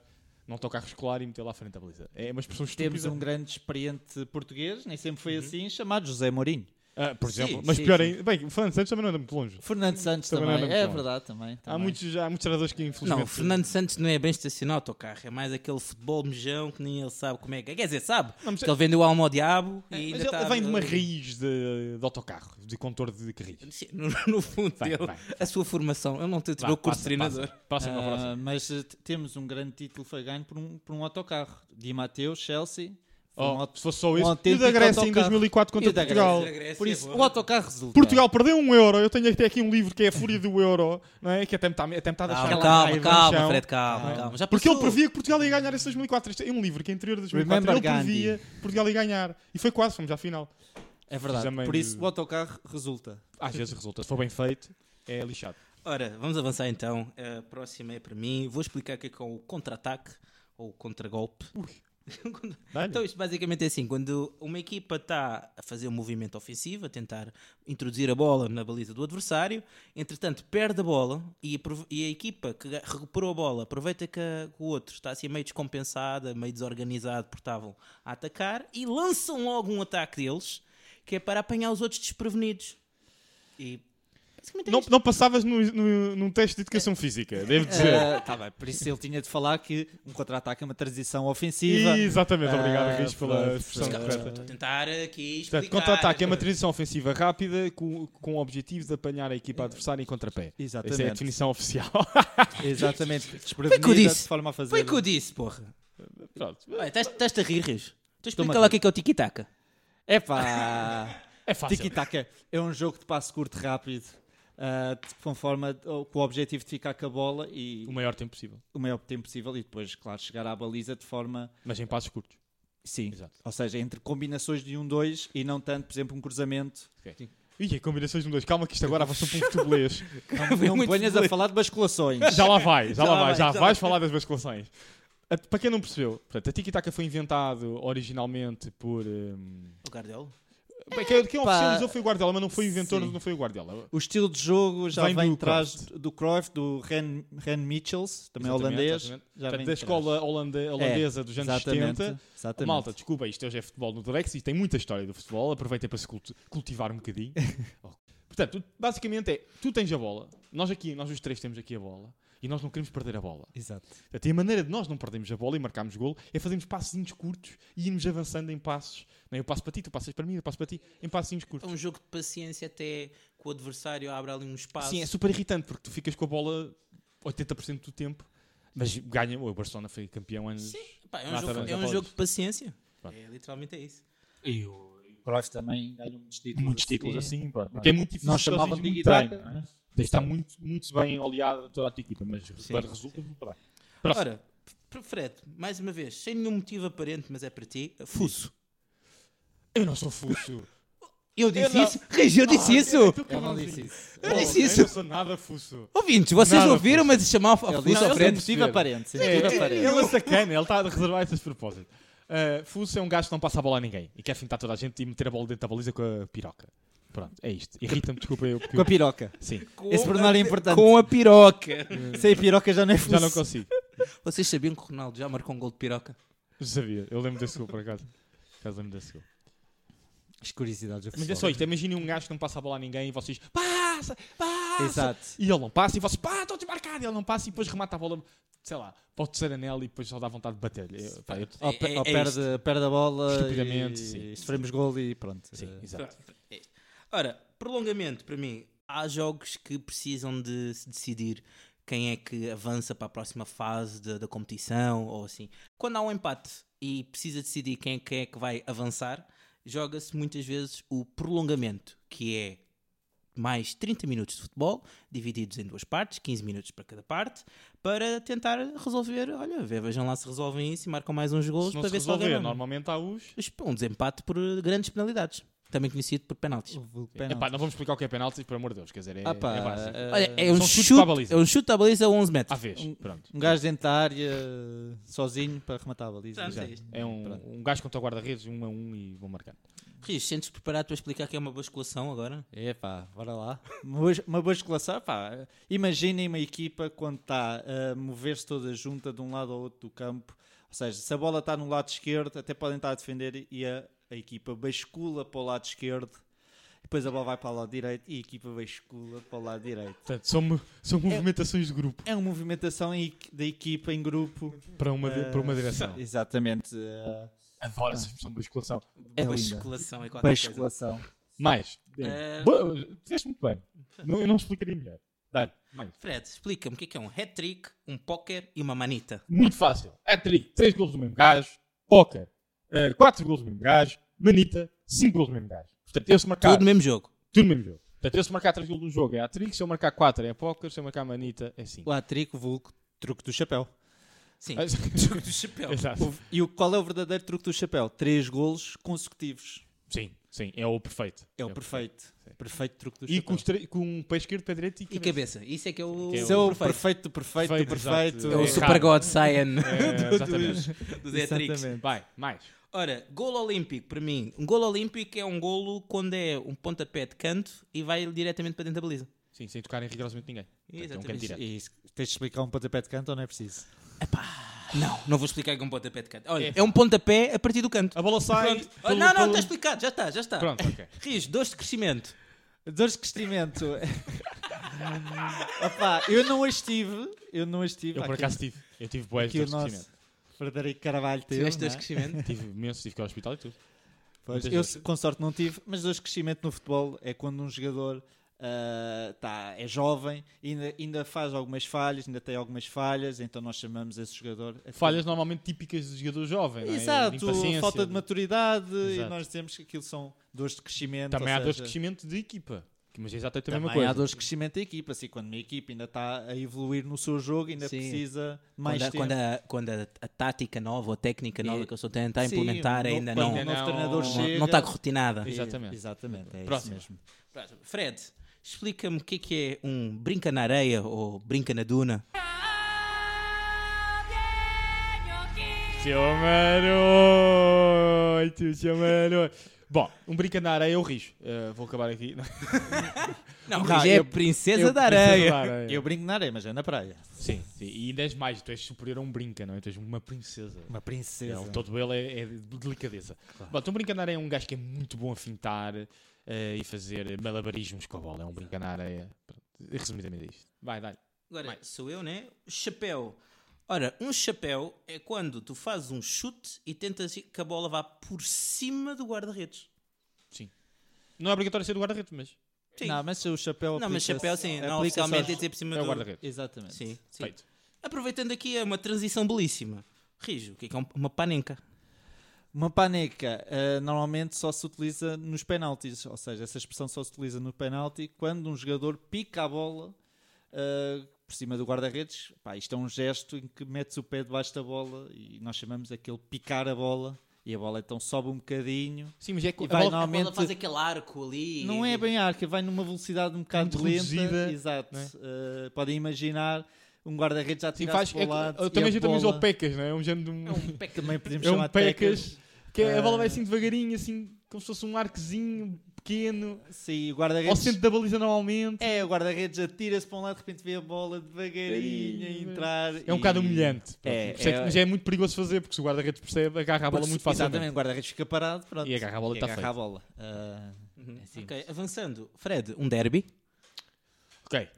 Speaker 3: um autocarro escolar e meter lá à frente da baliza. É uma expressão estúpida.
Speaker 4: Temos um grande experiente português, nem sempre foi assim, chamado José Mourinho.
Speaker 3: Ah, por
Speaker 1: Sim,
Speaker 3: exemplo, mas
Speaker 1: sim,
Speaker 3: pior
Speaker 1: sim.
Speaker 3: ainda. Bem, o Fernando Santos também não anda muito longe.
Speaker 4: Fernando Santos
Speaker 3: Também
Speaker 4: também,
Speaker 3: não é
Speaker 4: é
Speaker 3: muito bom.
Speaker 4: verdade também.
Speaker 3: Há
Speaker 4: também.
Speaker 3: muitos, há muitos treinadores que infelizmente.
Speaker 1: não, o Fernando Santos não é bem estacionar o autocarro, é mais aquele futebol mejão que nem ele sabe como é que é. Quer dizer, sabe?
Speaker 3: Não, mas-
Speaker 1: Porque ele vendeu a alma ao diabo e
Speaker 3: É, Mas
Speaker 1: ainda tá
Speaker 3: ele
Speaker 1: está-
Speaker 3: vem de uma raiz de, de autocarro, de condutor de carris.
Speaker 1: Sim, No, no fundo
Speaker 3: Vai,
Speaker 1: dele,
Speaker 3: vai.
Speaker 1: a sua formação. Ele não te
Speaker 3: Vá,
Speaker 1: tirou o curso
Speaker 3: passa,
Speaker 1: de treinador.
Speaker 3: passa. Próximo,
Speaker 4: Ah,
Speaker 3: próximo.
Speaker 4: mas eh, t- temos um grande título foi ganho por um, por um autocarro. Di Matteo, Chelsea. foi um
Speaker 3: Oh,
Speaker 4: auto-
Speaker 3: se fosse só
Speaker 4: um
Speaker 3: isso. E
Speaker 4: autêntico
Speaker 3: da Grécia em
Speaker 4: autocarro.
Speaker 3: 2004 contra
Speaker 4: E da
Speaker 3: Portugal.
Speaker 1: Grécia. Grécia
Speaker 4: Por
Speaker 1: é
Speaker 4: isso,
Speaker 1: boa.
Speaker 4: o autocarro resulta.
Speaker 3: Portugal perdeu um euro. Eu tenho até aqui um livro que é a Fúria do Euro, não é? que até me está até me está a deixar.
Speaker 1: Calma,
Speaker 3: com
Speaker 1: calma,
Speaker 3: raiva no
Speaker 1: calma,
Speaker 3: chão.
Speaker 1: Fred, calma, calma. Já
Speaker 3: Porque ele
Speaker 1: passou.
Speaker 3: previa que Portugal ia ganhar esse 2004. Isto é um livro que é anterior a 2004.
Speaker 4: Remember
Speaker 3: ele
Speaker 4: Gandhi.
Speaker 3: previa que Portugal ia ganhar. E foi quase, fomos à final.
Speaker 4: É verdade.
Speaker 3: Precisamente.
Speaker 4: Por isso, o autocarro resulta.
Speaker 3: Às vezes resulta. Se for bem feito, é lixado.
Speaker 1: Ora, vamos avançar então. A próxima é para mim. Vou explicar o que é que é o contra-ataque ou contragolpe.
Speaker 3: Dá-lhe.
Speaker 1: Então, isto basicamente é assim: quando uma equipa está a fazer um movimento ofensivo, a tentar introduzir a bola na baliza do adversário, entretanto perde a bola e, aprov- e a equipa que ga- recuperou a bola aproveita que, a- que o outro está assim meio descompensada, meio desorganizado porque estavam a atacar e lançam logo um ataque deles que é para apanhar os outros desprevenidos. E basicamente é
Speaker 3: não,
Speaker 1: isto.
Speaker 3: não passavas no, no- num teste de educação física, devo dizer.
Speaker 4: Ah, tá bem, por isso ele tinha de falar que um contra-ataque é uma transição ofensiva.
Speaker 3: Exatamente, obrigado
Speaker 4: Ah,
Speaker 3: Riz pela
Speaker 4: pronto.
Speaker 3: expressão
Speaker 4: Desculpa,
Speaker 3: correta.
Speaker 1: Estou a tentar aqui explicar.
Speaker 3: Portanto, contra-ataque é uma transição ofensiva rápida com, com o objetivo de apanhar a equipa adversária em contrapé.
Speaker 4: Exatamente.
Speaker 3: Essa é a definição oficial. [LAUGHS]
Speaker 4: Exatamente.
Speaker 1: Foi que eu
Speaker 4: Desprevenida de
Speaker 1: disse.
Speaker 4: forma a fazer.
Speaker 1: Foi o que eu disse, porra.
Speaker 3: Pronto.
Speaker 1: Olha, Estás estás-te a rir, Riz. Tu
Speaker 4: Estou-me
Speaker 1: explica
Speaker 4: a
Speaker 1: lá o que é que é o tiki-taka.
Speaker 4: Epá!
Speaker 1: [LAUGHS]
Speaker 3: É fácil.
Speaker 4: Tiki-taka é um jogo de passo curto rápido, ah, de- com forma ou com o objetivo de ficar com a bola e
Speaker 3: O maior tempo possível,
Speaker 4: o maior tempo possível e depois, claro, chegar à baliza de forma
Speaker 3: mas em passos curtos.
Speaker 4: sim,
Speaker 3: Exato.
Speaker 1: [LAUGHS]
Speaker 4: ou seja, entre combinações de um dois e não tanto, por exemplo, um cruzamento.
Speaker 3: Ok.
Speaker 4: Sim.
Speaker 3: Ih, combinações de um, dois. Calma que isto agora avançou para um futebolês.
Speaker 4: Não me ponhas a falar de basculações.
Speaker 1: [LAUGHS]
Speaker 3: já lá vai, já,
Speaker 1: Já
Speaker 3: lá
Speaker 1: lá
Speaker 3: vai,
Speaker 1: vai,
Speaker 3: já,
Speaker 1: já
Speaker 3: vais falar das basculações. A- Para quem não percebeu, portanto, a Tiki Taka foi inventado originalmente por. hum,
Speaker 1: O Gardel?
Speaker 3: bem, é quem, quem
Speaker 4: Pá,
Speaker 3: oficializou foi o Guardiola, mas não foi o inventor,
Speaker 4: sim.
Speaker 3: não foi o Guardiola.
Speaker 4: O estilo de jogo já
Speaker 3: Vem
Speaker 4: vem,
Speaker 3: do
Speaker 4: atrás
Speaker 3: Cruyff.
Speaker 4: do Cruyff, do Ren, Ren Mitchells, também
Speaker 3: Exatamente,
Speaker 4: holandês.
Speaker 3: exatamente.
Speaker 4: Já
Speaker 3: Portanto,
Speaker 4: vem
Speaker 3: da
Speaker 4: de trás.
Speaker 3: escola holande- holandesa dos anos
Speaker 4: É, exatamente,
Speaker 3: 70.
Speaker 4: Exatamente.
Speaker 3: Malta, desculpa, isto hoje é futebol no Drex e tem muita história do futebol. Aproveitem para se culti- cultivar um bocadinho.
Speaker 4: [LAUGHS]
Speaker 3: Ok. Portanto, tu- basicamente é, tu tens a bola, nós aqui, nós os três temos aqui a bola e nós não queremos perder a bola.
Speaker 4: Exato.
Speaker 3: Portanto, e a maneira de nós não perdermos a bola e marcarmos golo é fazermos passinhos curtos e irmos avançando em passos. Não é? Eu passo para ti, tu passas para mim, eu passo para ti, em passinhos
Speaker 1: É
Speaker 3: curtos.
Speaker 1: um jogo de paciência até que o adversário abre ali um espaço.
Speaker 3: Sim, é super irritante porque tu ficas com a bola 80% do tempo, mas ganha. O Barcelona foi campeão anos.
Speaker 1: Sim, pá, é um,
Speaker 3: Lá
Speaker 1: jogo,
Speaker 3: também,
Speaker 1: é
Speaker 3: já
Speaker 1: um
Speaker 3: falamos.
Speaker 1: jogo de paciência.
Speaker 3: Pronto.
Speaker 1: É, literalmente é isso.
Speaker 2: E o e o Cruyff também ganhou muitos títulos.
Speaker 3: Muitos títulos
Speaker 2: assim.
Speaker 3: assim, pá, porque é muito difícil.
Speaker 2: Não
Speaker 3: porque eles
Speaker 2: chamavam
Speaker 3: dizem
Speaker 2: de
Speaker 3: muito bem, não é?
Speaker 2: Taka.
Speaker 3: Está muito, muito bem oleada toda a tua equipa, mas resulta resulta muito bem. Próximo.
Speaker 1: Ora, P- Fred, mais uma vez, sem nenhum motivo aparente, mas é para ti, fuso.
Speaker 3: Eu não sou [LAUGHS] fuso. Ah, é
Speaker 1: Eu disse
Speaker 3: não-
Speaker 1: isso? Regi, eu disse isso!
Speaker 2: É
Speaker 4: Ele não disse isso.
Speaker 1: Eu disse
Speaker 3: Eu não
Speaker 1: isso!
Speaker 3: sou nada fuso.
Speaker 1: Ouvintes, vocês
Speaker 3: Nada
Speaker 1: ouviram, mas é chamar a
Speaker 4: Ele
Speaker 1: fuso
Speaker 4: disse
Speaker 1: ao
Speaker 4: ao
Speaker 1: Fred?
Speaker 4: motivo É aparente. sem
Speaker 3: É,
Speaker 4: motivo aparente.
Speaker 3: ele é sacana, ele está a reservar esses propósitos. Uh, Fuso é um gajo que não passa a bola a ninguém e quer fintar toda a gente e meter a bola dentro da baliza com a piroca. Pronto, é isto. Irrita-me, desculpa eu. porque
Speaker 4: Com a
Speaker 3: eu-
Speaker 4: piroca.
Speaker 3: [LAUGHS] Sim,
Speaker 4: Esse pormenor é importante.
Speaker 1: Com a piroca.
Speaker 4: [LAUGHS] Sem piroca já não é
Speaker 3: já não
Speaker 4: fluxo.
Speaker 3: consigo.
Speaker 1: Vocês sabiam que o Ronaldo já marcou um gol de piroca?
Speaker 3: Eu sabia, eu lembro desse gol por acaso. Por acaso lembro desse gol.
Speaker 4: As curiosidades.
Speaker 3: Mas é só isto, imaginem um gajo que não passa a bola a ninguém e vocês passa, passa.
Speaker 4: Exato.
Speaker 3: E ele não passa e vocês pá, estou desmarcado. E ele não passa e depois remata a bola, sei lá, para o terceiro anel e depois só dá vontade de bater-lhe. Eu- pá, eu-
Speaker 1: É-
Speaker 4: Ou, pe-
Speaker 1: é-
Speaker 4: ou
Speaker 1: é
Speaker 4: perde, perde a bola
Speaker 3: Estupidamente,
Speaker 4: e,
Speaker 3: sim.
Speaker 4: e sofremos gol e pronto.
Speaker 3: Sim,
Speaker 4: Eh,
Speaker 3: exato.
Speaker 1: É. Ora, prolongamento, para mim, há jogos que precisam de se decidir quem é que avança para a próxima fase da- da competição ou assim. Quando há um empate e precisa decidir quem é que, é que vai avançar, joga-se muitas vezes o prolongamento, que é mais 30 minutos de futebol, divididos em duas partes, 15 minutos para cada parte, para tentar resolver. Olha, ve- vejam lá se resolvem isso e marcam mais uns gols
Speaker 3: Se não
Speaker 1: para
Speaker 3: se
Speaker 1: ver se alguém. ganha.
Speaker 3: resolver, normalmente há os.
Speaker 1: Um desempate por grandes penalidades, também conhecido por penaltis.
Speaker 4: houve
Speaker 3: É
Speaker 4: penalti.
Speaker 3: não vamos explicar o que é penalti, por amor de Deus. Quer dizer, é,
Speaker 4: Ah, pá,
Speaker 3: é básico.
Speaker 4: eh,
Speaker 1: Olha, é um,
Speaker 3: são chutes
Speaker 1: chute,
Speaker 3: para a baliza.
Speaker 1: é um chute à baliza a 11
Speaker 3: À
Speaker 1: metros.
Speaker 3: vez, pronto.
Speaker 4: Um gajo dentro da área, eh, sozinho, para rematar a baliza.
Speaker 1: Pronto,
Speaker 4: Exato.
Speaker 1: é isto.
Speaker 3: É um, um gajo contra o guarda-redes, um a um e vão marcar.
Speaker 1: Rios, sentes Ah, preparado para explicar que é uma basculação agora?
Speaker 4: É pá, bora lá. Uma boa- Uma boa escolação, pá. Imaginem uma equipa quando está a mover-se toda junta de um lado ao outro do campo. Ou seja, se a bola está no lado esquerdo, até podem estar a defender e a, a equipa bascula para o lado esquerdo. Depois a bola vai para o lado direito e a equipa bascula para o lado direito.
Speaker 3: Portanto, são, mo- são movimentações de grupo
Speaker 4: É uma movimentação em equi- da equipa em grupo.
Speaker 3: para uma, di-
Speaker 4: Eh,
Speaker 3: para uma direção.
Speaker 4: Exatamente. eh,
Speaker 3: Adoro essa expressão de basculação.
Speaker 4: É linda.
Speaker 1: basculação é qualquer coisa.
Speaker 4: basculação.
Speaker 3: Mais.
Speaker 1: Eh,
Speaker 4: É.
Speaker 3: Boa, Fizeste muito bem. Não, eu não explicaria melhor. Dá-lhe, mais.
Speaker 1: Fred, explica-me o que é, que é um hat-trick, um póquer e uma manita.
Speaker 3: Muito fácil. Hat-trick, 3 gols do mesmo gajo. Póquer, 4 gols do mesmo gajo. Manita, 5 gols do mesmo gajo. Portanto, eu se marcar
Speaker 1: Tudo no
Speaker 3: tudo,
Speaker 1: mesmo jogo.
Speaker 3: no mesmo jogo. Portanto, eu se marcar 3 gols num jogo é hat-trick, se eu marcar 4 é póquer, se eu marcar manita é 5.
Speaker 4: O atrico, o vulco, truque do chapéu.
Speaker 1: Sim.
Speaker 3: [LAUGHS]
Speaker 1: [LAUGHS]
Speaker 3: Ah, Exato.
Speaker 1: do chapéu.
Speaker 4: E o, qual é o verdadeiro truque do chapéu? Três golos consecutivos.
Speaker 3: Sim, sim, é o perfeito.
Speaker 4: É o perfeito. Perfeito truque do
Speaker 3: E com,
Speaker 4: chapéu.
Speaker 3: os tre- com o pé esquerdo, pé direito e
Speaker 1: E
Speaker 3: cabeça.
Speaker 1: cabeça. Isso é que é o,
Speaker 3: Que é
Speaker 4: Isso é o
Speaker 1: perfeito.
Speaker 4: perfeito do perfeito do
Speaker 3: Perfeito,
Speaker 4: perfeito.
Speaker 3: exato.
Speaker 1: É o
Speaker 3: É
Speaker 1: super
Speaker 3: raro.
Speaker 1: god Saiyan
Speaker 3: É, exatamente.
Speaker 1: [LAUGHS] dos hat-tricks.
Speaker 4: Exatamente.
Speaker 3: Vai, mais.
Speaker 1: Ora, golo olímpico, para mim, um golo olímpico é um golo quando é um pontapé de canto e vai diretamente para dentro da baliza.
Speaker 3: Sim, sem tocar em rigorosamente ninguém. Portanto, é um canto
Speaker 1: Exatamente.
Speaker 3: direto.
Speaker 4: E se- tens de explicar um pontapé de canto ou não é preciso?
Speaker 1: Não, não vou explicar que é um pontapé de canto. Olha,
Speaker 3: É.
Speaker 1: é, um pontapé a partir do canto.
Speaker 3: A bola sai.
Speaker 1: Pronto.
Speaker 3: pelo-
Speaker 1: não, não,
Speaker 3: pelo-
Speaker 1: está explicado, já está, já está.
Speaker 3: Pronto, ok.
Speaker 1: Rios, dores de crescimento.
Speaker 4: Dores de crescimento. [LAUGHS] Opa, eu não as tive. Eu não as tive.
Speaker 3: Eu por
Speaker 4: Aqui-
Speaker 3: acaso tive. Eu tive boés
Speaker 4: aqui
Speaker 3: de
Speaker 4: o nosso
Speaker 3: crescimento.
Speaker 4: Frederico Carvalho teve.
Speaker 1: Tiveste
Speaker 4: não é?
Speaker 1: dores de crescimento?
Speaker 3: [LAUGHS] Tive imenso, tive que ir ao hospital e tudo.
Speaker 4: Pois,
Speaker 3: Muitas
Speaker 4: eu
Speaker 3: vezes.
Speaker 4: com sorte não tive, mas dores de crescimento no futebol é quando um jogador ah, tá, é jovem, ainda, ainda faz algumas falhas, ainda tem algumas falhas, então nós chamamos esse jogador. a-
Speaker 3: Falhas normalmente típicas de jogador jovem. não é? De
Speaker 4: Exato,
Speaker 3: impaciência,
Speaker 4: falta de maturidade,
Speaker 3: Exato.
Speaker 4: e nós dizemos que aquilo são dores de crescimento.
Speaker 3: Também
Speaker 4: ou
Speaker 3: há dores de
Speaker 4: seja,
Speaker 3: crescimento de equipa. Mas é exatamente a
Speaker 4: Também
Speaker 3: mesma coisa.
Speaker 4: há dores de crescimento da equipa. Assim, quando uma equipa ainda está a evoluir no seu jogo, ainda
Speaker 1: Sim.
Speaker 4: precisa mais
Speaker 1: Quando, a,
Speaker 4: tempo.
Speaker 1: quando, a, quando a, a tática nova ou a técnica nova
Speaker 4: E-
Speaker 1: que eu estou a tentar
Speaker 4: Sim,
Speaker 1: implementar
Speaker 4: o novo-
Speaker 1: ainda
Speaker 4: quando
Speaker 1: não,
Speaker 4: o
Speaker 1: não,
Speaker 3: ainda
Speaker 4: novo
Speaker 3: não-
Speaker 4: treinador
Speaker 3: não- tá
Speaker 4: chega.
Speaker 1: não tá está rotinada.
Speaker 3: Exatamente.
Speaker 4: Exatamente, é
Speaker 3: Próximo.
Speaker 4: isso mesmo.
Speaker 1: Fred, explica-me o que é, que é um brinca na areia ou brinca na duna.
Speaker 3: Seu maroito, seu maroito. Bom, um brinca na areia, eu rijo. Eh, vou acabar aqui.
Speaker 1: Não,
Speaker 4: Não,
Speaker 1: mas é
Speaker 4: eu-
Speaker 1: princesa
Speaker 3: [LAUGHS] Eu
Speaker 1: da
Speaker 3: preciso
Speaker 1: areia.
Speaker 3: da areia.
Speaker 4: Eu brinco na areia, mas é na praia.
Speaker 3: Sim, sim, e ainda és mais, tu és superior a um brinca, não é? Tu és uma princesa.
Speaker 4: Uma princesa.
Speaker 3: Não, todo ele é, é de delicadeza. Bom, então o brinca na areia é um gajo que é muito bom a fintar eh, e fazer malabarismos com a bola. É um brinca na areia. Pronto, Resumidamente é isto. Vai, dá-lhe.
Speaker 1: Agora, sou eu, né? Chapéu. Ora, um chapéu é quando tu fazes um chute e tentas que a bola vá por cima do guarda-redes.
Speaker 3: Não é obrigatório ser do guarda-redes, mas
Speaker 1: Sim.
Speaker 4: Não, mas é o chapéu
Speaker 1: Não, mas
Speaker 4: aplica-se-
Speaker 1: chapéu, sim. Não,
Speaker 4: aplica-se aos-
Speaker 1: oficialmente é dizer por cima
Speaker 3: é o
Speaker 1: do...
Speaker 3: guarda-redes.
Speaker 4: Exatamente.
Speaker 1: Sim, sim.
Speaker 3: Feito.
Speaker 1: Aproveitando aqui, é uma transição belíssima. Rijo, o que é, que é um- uma panenca?
Speaker 4: Uma paneca eh, normalmente só se utiliza nos penaltis, ou seja, essa expressão só se utiliza no penalti quando um jogador pica a bola eh, por cima do guarda-redes. Pá, Isto é um gesto em que metes o pé debaixo da bola e nós chamamos aquele picar a bola e a bola então sobe um bocadinho.
Speaker 3: Sim, mas é que
Speaker 4: E
Speaker 3: a
Speaker 4: vai
Speaker 3: bola-
Speaker 4: na- Normalmente-
Speaker 1: A bola faz aquele arco ali.
Speaker 4: Não é bem arca, vai numa velocidade um bocado
Speaker 3: Muito
Speaker 4: lenta.
Speaker 3: reduzida,
Speaker 4: Exato.
Speaker 3: não
Speaker 4: Eh, podem imaginar um guarda-redes já
Speaker 3: Sim,
Speaker 4: tirar
Speaker 3: faz.
Speaker 4: para
Speaker 3: É,
Speaker 4: o lado.
Speaker 3: que- eu
Speaker 4: e
Speaker 3: também
Speaker 4: a
Speaker 3: já também
Speaker 4: bola-
Speaker 3: o pecas, não é? É um género de um.
Speaker 1: É um pec-
Speaker 4: Também podemos
Speaker 3: É
Speaker 4: chamar
Speaker 3: um pecas. Que a
Speaker 4: Ah.
Speaker 3: bola vai assim devagarinho, assim, como se fosse um arquezinho pequeno.
Speaker 4: Sim, o
Speaker 3: Ao
Speaker 4: guarda-redes
Speaker 3: centro da baliza normalmente.
Speaker 4: É, o guarda-redes atira-se para um lado, de repente vê a bola devagarinho a
Speaker 3: Ei,
Speaker 4: entrar.
Speaker 3: É um bocado humilhante. pronto.
Speaker 4: É,
Speaker 3: Por isso é que-
Speaker 4: é-
Speaker 3: mas é muito perigoso fazer, porque se o guarda-redes percebe, agarra a bola muito
Speaker 4: Exatamente,
Speaker 3: facilmente.
Speaker 4: o guarda-redes fica parado pronto.
Speaker 3: E agarra a bola e tá
Speaker 4: agarra
Speaker 3: feito.
Speaker 4: a bola. Ah, é simples.
Speaker 1: Ok, avançando. Fred, um derby.
Speaker 3: Ok.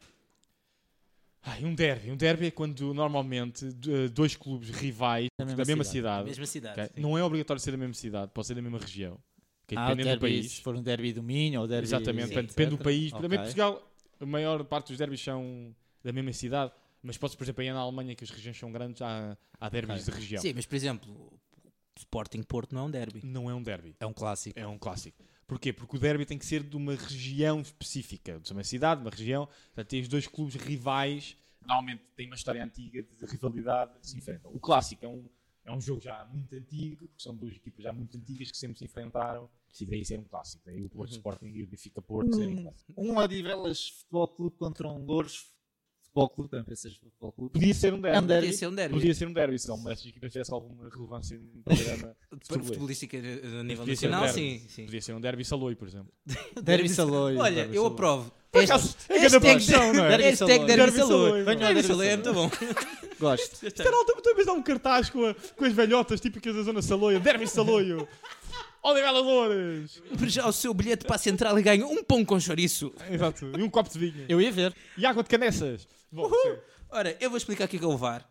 Speaker 3: Ai, um derby. Um derby é quando normalmente d- eh, dois clubes rivais da mesma, cidade.
Speaker 1: Mesma cidade.
Speaker 3: ok?
Speaker 1: sim.
Speaker 3: Não é obrigatório ser da mesma cidade, pode ser da mesma região. ok?
Speaker 4: Ah, o
Speaker 3: Dependendo é do
Speaker 4: derby,
Speaker 3: país.
Speaker 4: Se for um derby do Minho ou derby...
Speaker 3: Exatamente,
Speaker 1: Sim,
Speaker 3: portanto, depende do
Speaker 4: etc.
Speaker 3: país.
Speaker 4: Ok.
Speaker 3: Também em Portugal, a maior parte dos derbys são da mesma cidade, mas pode-se, por exemplo, aí na Alemanha, que as regiões são grandes, há, há derbys de região.
Speaker 1: Sim, mas por exemplo, o Sporting Porto não é um derby.
Speaker 3: Não é um derby,
Speaker 4: É um clássico.
Speaker 3: é um clássico. Porquê? Porque o derby tem que ser de uma região específica, de uma cidade, de uma região. Portanto, tens dois clubes rivais, normalmente tem uma história antiga de rivalidade, se enfrentam. O clássico é um, é um jogo já muito antigo, que são duas equipas já muito antigas que sempre se enfrentaram, e daí ser um clássico. Daí o
Speaker 1: Uhum.
Speaker 3: Porto Sporting e o Benfica Porto serem clássicos.
Speaker 4: Um Odivelas Futebol Clube contra um Louros Futebol Clube, também pensas Futebol Clube.
Speaker 3: Podia ser um derby.
Speaker 4: É um derby.
Speaker 1: Podia ser um derby.
Speaker 3: Podia ser um derby, se alguma dessas equipas tivesse alguma relevância
Speaker 1: [LAUGHS]
Speaker 3: no programa. futebolês.
Speaker 1: Futebolística eh, a nível
Speaker 3: Podia ser um
Speaker 1: nacional,
Speaker 3: derby.
Speaker 1: sim. sim.
Speaker 3: Podia ser um derby Saloi, por exemplo.
Speaker 4: [LAUGHS] um Derby Saloi.
Speaker 1: Olha,
Speaker 4: derby
Speaker 1: eu
Speaker 4: Saloi.
Speaker 1: aprovo.
Speaker 3: acaso,
Speaker 1: Este-
Speaker 3: é cada
Speaker 1: Hashtag
Speaker 3: produção, não
Speaker 1: [LAUGHS]
Speaker 3: é?
Speaker 1: derby
Speaker 4: Derby
Speaker 1: hashtag
Speaker 4: Saloi.
Speaker 1: Derby
Speaker 3: Derby
Speaker 1: Saloi.
Speaker 3: Saloi.
Speaker 1: Derby
Speaker 4: Derby
Speaker 1: Saloi é muito bom.
Speaker 4: Gosto.
Speaker 3: [LAUGHS] Caralho, também dá um cartaz com, a- com as velhotas típicas da zona Saloia.
Speaker 1: [LAUGHS]
Speaker 3: Derby Saloio. Oliveira Loures.
Speaker 1: Já o seu bilhete para a central e ganha um pão com chouriço.
Speaker 3: Exato. E um copo de vinho.
Speaker 4: Eu ia ver.
Speaker 3: E água de canessas. Bom, sim.
Speaker 1: Ora, eu vou explicar o que é que é o VAR.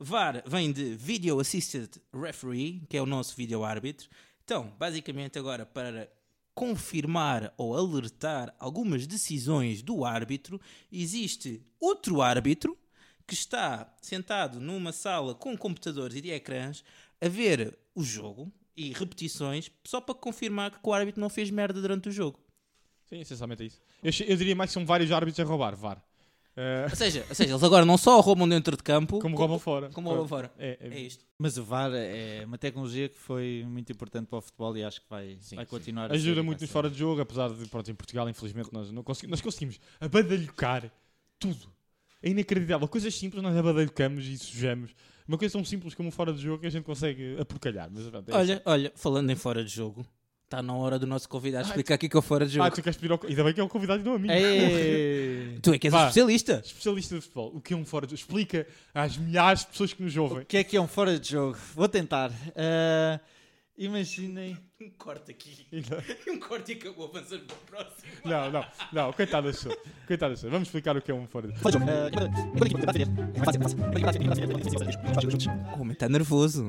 Speaker 1: VAR vem de Video Assisted Referee, que é o nosso vídeo árbitro. Então, basicamente, agora para confirmar ou alertar algumas decisões do árbitro, existe outro árbitro que está sentado numa sala com computadores e de ecrãs a ver o jogo e repetições só para confirmar que o árbitro não fez merda durante o jogo.
Speaker 3: Sim, essencialmente é isso. Eu, che- eu diria mais que são vários árbitros a roubar, VAR. Eh,
Speaker 1: Ou seja, ou seja, eles agora não só roubam dentro de campo,
Speaker 3: como roubam fora.
Speaker 1: como roubam fora.
Speaker 3: É, é-
Speaker 1: É isto.
Speaker 4: Mas o VAR é uma tecnologia que foi muito importante para o futebol e acho que vai, vai
Speaker 3: sim.
Speaker 4: continuar a ser,
Speaker 3: Ajuda
Speaker 4: vai
Speaker 1: é
Speaker 3: muito nos
Speaker 4: ser.
Speaker 3: fora de jogo, apesar de, pronto, em Portugal, infelizmente, nós, não consegui- nós conseguimos abadalhocar tudo. É inacreditável. Coisas simples nós abadalhocamos e sujamos. Uma coisa tão simples como um fora de jogo que a gente consegue apurcalhar. Mas, pronto, é
Speaker 1: Olha, olha, falando em fora de jogo, está na hora do nosso convidado explicar o que é que é o fora de
Speaker 3: assim. Ah,
Speaker 1: jogo.
Speaker 3: tu queres pedir ao... co- Ainda bem que é um convidado e não a mim.
Speaker 4: Ei!
Speaker 1: tu é que és
Speaker 3: vá.
Speaker 1: especialista.
Speaker 3: [LAUGHS] Especialista de futebol. O que é um fora de jogo? Explica às milhares de pessoas que nos
Speaker 4: O
Speaker 3: ouvem.
Speaker 4: que é que é um fora de jogo? Vou tentar. Ah, imaginem.
Speaker 1: Um corte aqui. [LAUGHS] um corte e acabou, avançando para o próximo.
Speaker 3: Não, não, não. Coitado da pessoa. Coitado da pessoa. Vamos explicar o que é um fora de jogo.
Speaker 4: ah, quando- quando a equipa tentar defender, é mais fácil, é mais fácil. Quando a equipa tentar defender, é mais fácil, é mais fácil. Faz jogos juntos.
Speaker 1: O homem está nervoso.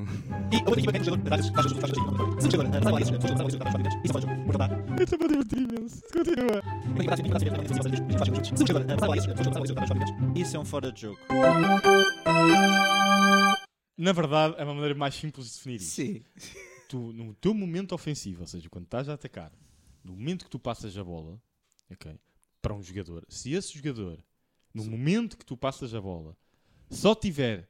Speaker 4: E a outra equipa mete o jogador atrás, faz jogos, faz jogos, faz jogos. Se o jogador, ah, sai lá, isso, faz jogos, sai lá, isso, faz jogos, isso, faz jogos, por acabar.
Speaker 3: Eu estou a divertir imenso. Continua.
Speaker 4: Uma equipa tentar defender, é mais fácil, faz jogos, faz jogos, juntos. Se o jogador, ah, sai lá, isso, faz jogos, sai lá, isso, faz jogos, faz jogos. Isso é um fora de jogo.
Speaker 3: Na verdade, é uma maneira mais simples de definir isto.
Speaker 1: Sim.
Speaker 3: tu, no teu momento ofensivo, ou seja, quando estás a atacar, no momento que tu passas a bola, ok, para um jogador. Se esse jogador, no momento que tu passas a bola, só tiver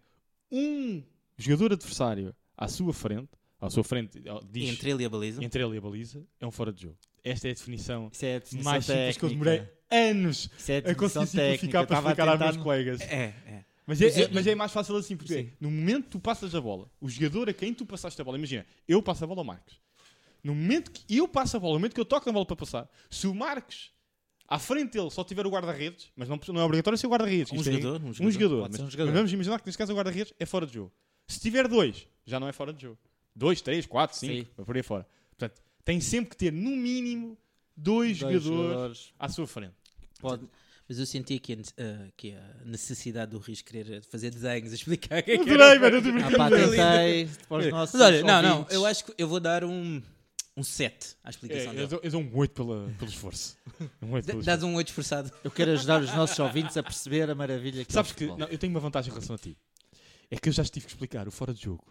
Speaker 3: um jogador adversário à sua frente, à sua frente, ao- diz, entre...
Speaker 1: Entre ele e a baliza.
Speaker 3: ele e a baliza, é um fora de jogo. Esta é a definição
Speaker 4: Isso é a definição
Speaker 3: mais simples que eu
Speaker 4: técnica.
Speaker 3: demorei anos
Speaker 4: Isso é a
Speaker 3: a
Speaker 4: definição
Speaker 3: conseguir
Speaker 4: técnica.
Speaker 3: simplificar para
Speaker 4: Estava a
Speaker 3: explicar aos
Speaker 4: tentar...
Speaker 3: meus colegas.
Speaker 1: É, é.
Speaker 3: Mas é,
Speaker 1: Mas
Speaker 3: é-
Speaker 1: eu-
Speaker 3: mas é mais fácil assim, porque
Speaker 1: Sim.
Speaker 3: no momento que tu passas a bola, o jogador a quem tu passaste a bola, imagina, eu passo a bola ao Marcos. No momento que eu passo a bola, no momento que eu toco a bola para passar, se o Marcos à frente dele só tiver o guarda-redes, mas não, não é obrigatório ser o guarda-redes.
Speaker 1: Um
Speaker 3: isto é-
Speaker 1: jogador, um
Speaker 3: um jogador.
Speaker 1: jogador.
Speaker 4: Pode
Speaker 3: mas,
Speaker 4: ser um jogador.
Speaker 3: mas vamos imaginar que neste caso o guarda-redes é fora de jogo. Se tiver dois, já não é fora de jogo. Dois, três, quatro, cinco, por aí fora. Portanto, tem sempre que ter, no mínimo, dois,
Speaker 4: Dois
Speaker 3: jogadores,
Speaker 4: jogadores.
Speaker 3: à sua frente. [LAUGHS]
Speaker 4: Pode...
Speaker 1: Mas eu sentia que a, ne- ah, que a necessidade do Riz querer fazer desenhos, [LAUGHS] explicar o que é que era.
Speaker 3: Adorei, mano, eu
Speaker 4: Ah,
Speaker 3: diverti-me
Speaker 4: pá,
Speaker 3: imenso.
Speaker 4: tentei. Para os
Speaker 1: Mas
Speaker 4: nossos
Speaker 1: olha, não, não,
Speaker 4: ouvintes.
Speaker 1: eu acho que eu vou dar um, um 7 à
Speaker 3: É,
Speaker 1: explicação dele.
Speaker 3: eu, dou, eu dou um 8 pela, pelo esforço. [LAUGHS] Um 8 pelo
Speaker 1: D-
Speaker 3: esforço.
Speaker 1: Dás um 8 esforçado. [LAUGHS]
Speaker 4: Eu quero ajudar os nossos ouvintes a perceber a maravilha que
Speaker 3: Sabes
Speaker 4: é o
Speaker 3: que
Speaker 4: futebol.
Speaker 3: não, eu tenho uma vantagem em relação a ti. É que eu já estive que explicar o fora de jogo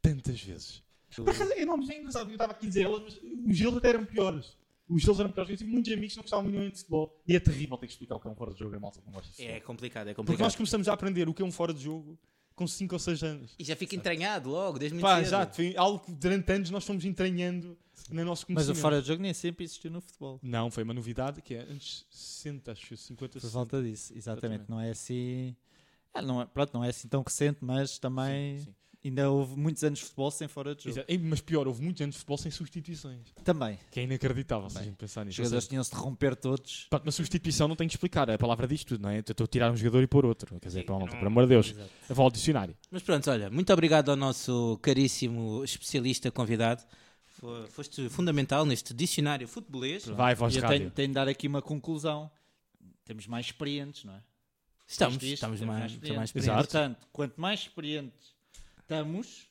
Speaker 3: tantas vezes. Por acaso, eu não me lembro, sabe? Eu estava aqui a dizer elas, mas os deles até eram piores. Os deles eram piores. Eu tive muitos amigos que não gostavam minimamente de futebol. E é terrível ter que explicar o que é um fora de jogo a malta que não gosta de futebol.
Speaker 1: É complicado, é
Speaker 3: Porque
Speaker 1: complicado.
Speaker 3: nós começamos a aprender o que é um fora de jogo com 5 ou 6 anos.
Speaker 1: E já fica entranhado logo, desde muito
Speaker 3: Pá,
Speaker 1: cedo.
Speaker 3: exato. Foi algo que durante anos nós fomos entranhando no nosso
Speaker 4: Mas o
Speaker 3: conhecimento.
Speaker 4: fora de jogo nem sempre existiu no futebol.
Speaker 3: Não, foi uma novidade que é antes 60, acho que 50,
Speaker 4: Por falta disso, exatamente.
Speaker 3: Exatamente.
Speaker 4: Não é assim. Ah, não é, pronto, não é assim tão recente, mas também
Speaker 3: Sim, sim.
Speaker 4: ainda houve muitos anos de futebol sem fora de jogo.
Speaker 3: Exato. Ei, Mas pior, houve muitos anos de futebol sem substituições.
Speaker 4: Também.
Speaker 3: Que é inacreditável, se a
Speaker 4: Bem,
Speaker 3: gente pensar
Speaker 4: Os
Speaker 3: nisso. Ou
Speaker 4: jogadores
Speaker 3: seja,
Speaker 4: tinham-se de romper todos.
Speaker 3: pronto, mas substituição não tem que explicar, a palavra diz tudo, não é? Eu Estou a tirar um jogador e pôr outro. Quer dizer,
Speaker 1: Sim,
Speaker 3: pá, malta,
Speaker 1: não-
Speaker 3: por amor de Deus.
Speaker 1: Exato.
Speaker 3: Vou ao dicionário.
Speaker 1: Mas pronto, olha, muito obrigado ao nosso caríssimo especialista convidado. Fo- Foste fundamental neste dicionário futebolês.
Speaker 3: Vai, voz
Speaker 4: E
Speaker 3: de
Speaker 4: eu
Speaker 3: rádio.
Speaker 4: tenho, tenho de dar aqui uma conclusão. Temos mais experientes, não é?
Speaker 1: Estamos,
Speaker 4: Viste isto?
Speaker 1: estamos
Speaker 4: Temos
Speaker 1: mais, estamos mais
Speaker 3: experientes. é Exato.
Speaker 1: experientes.
Speaker 4: Portanto, quanto mais experientes estamos,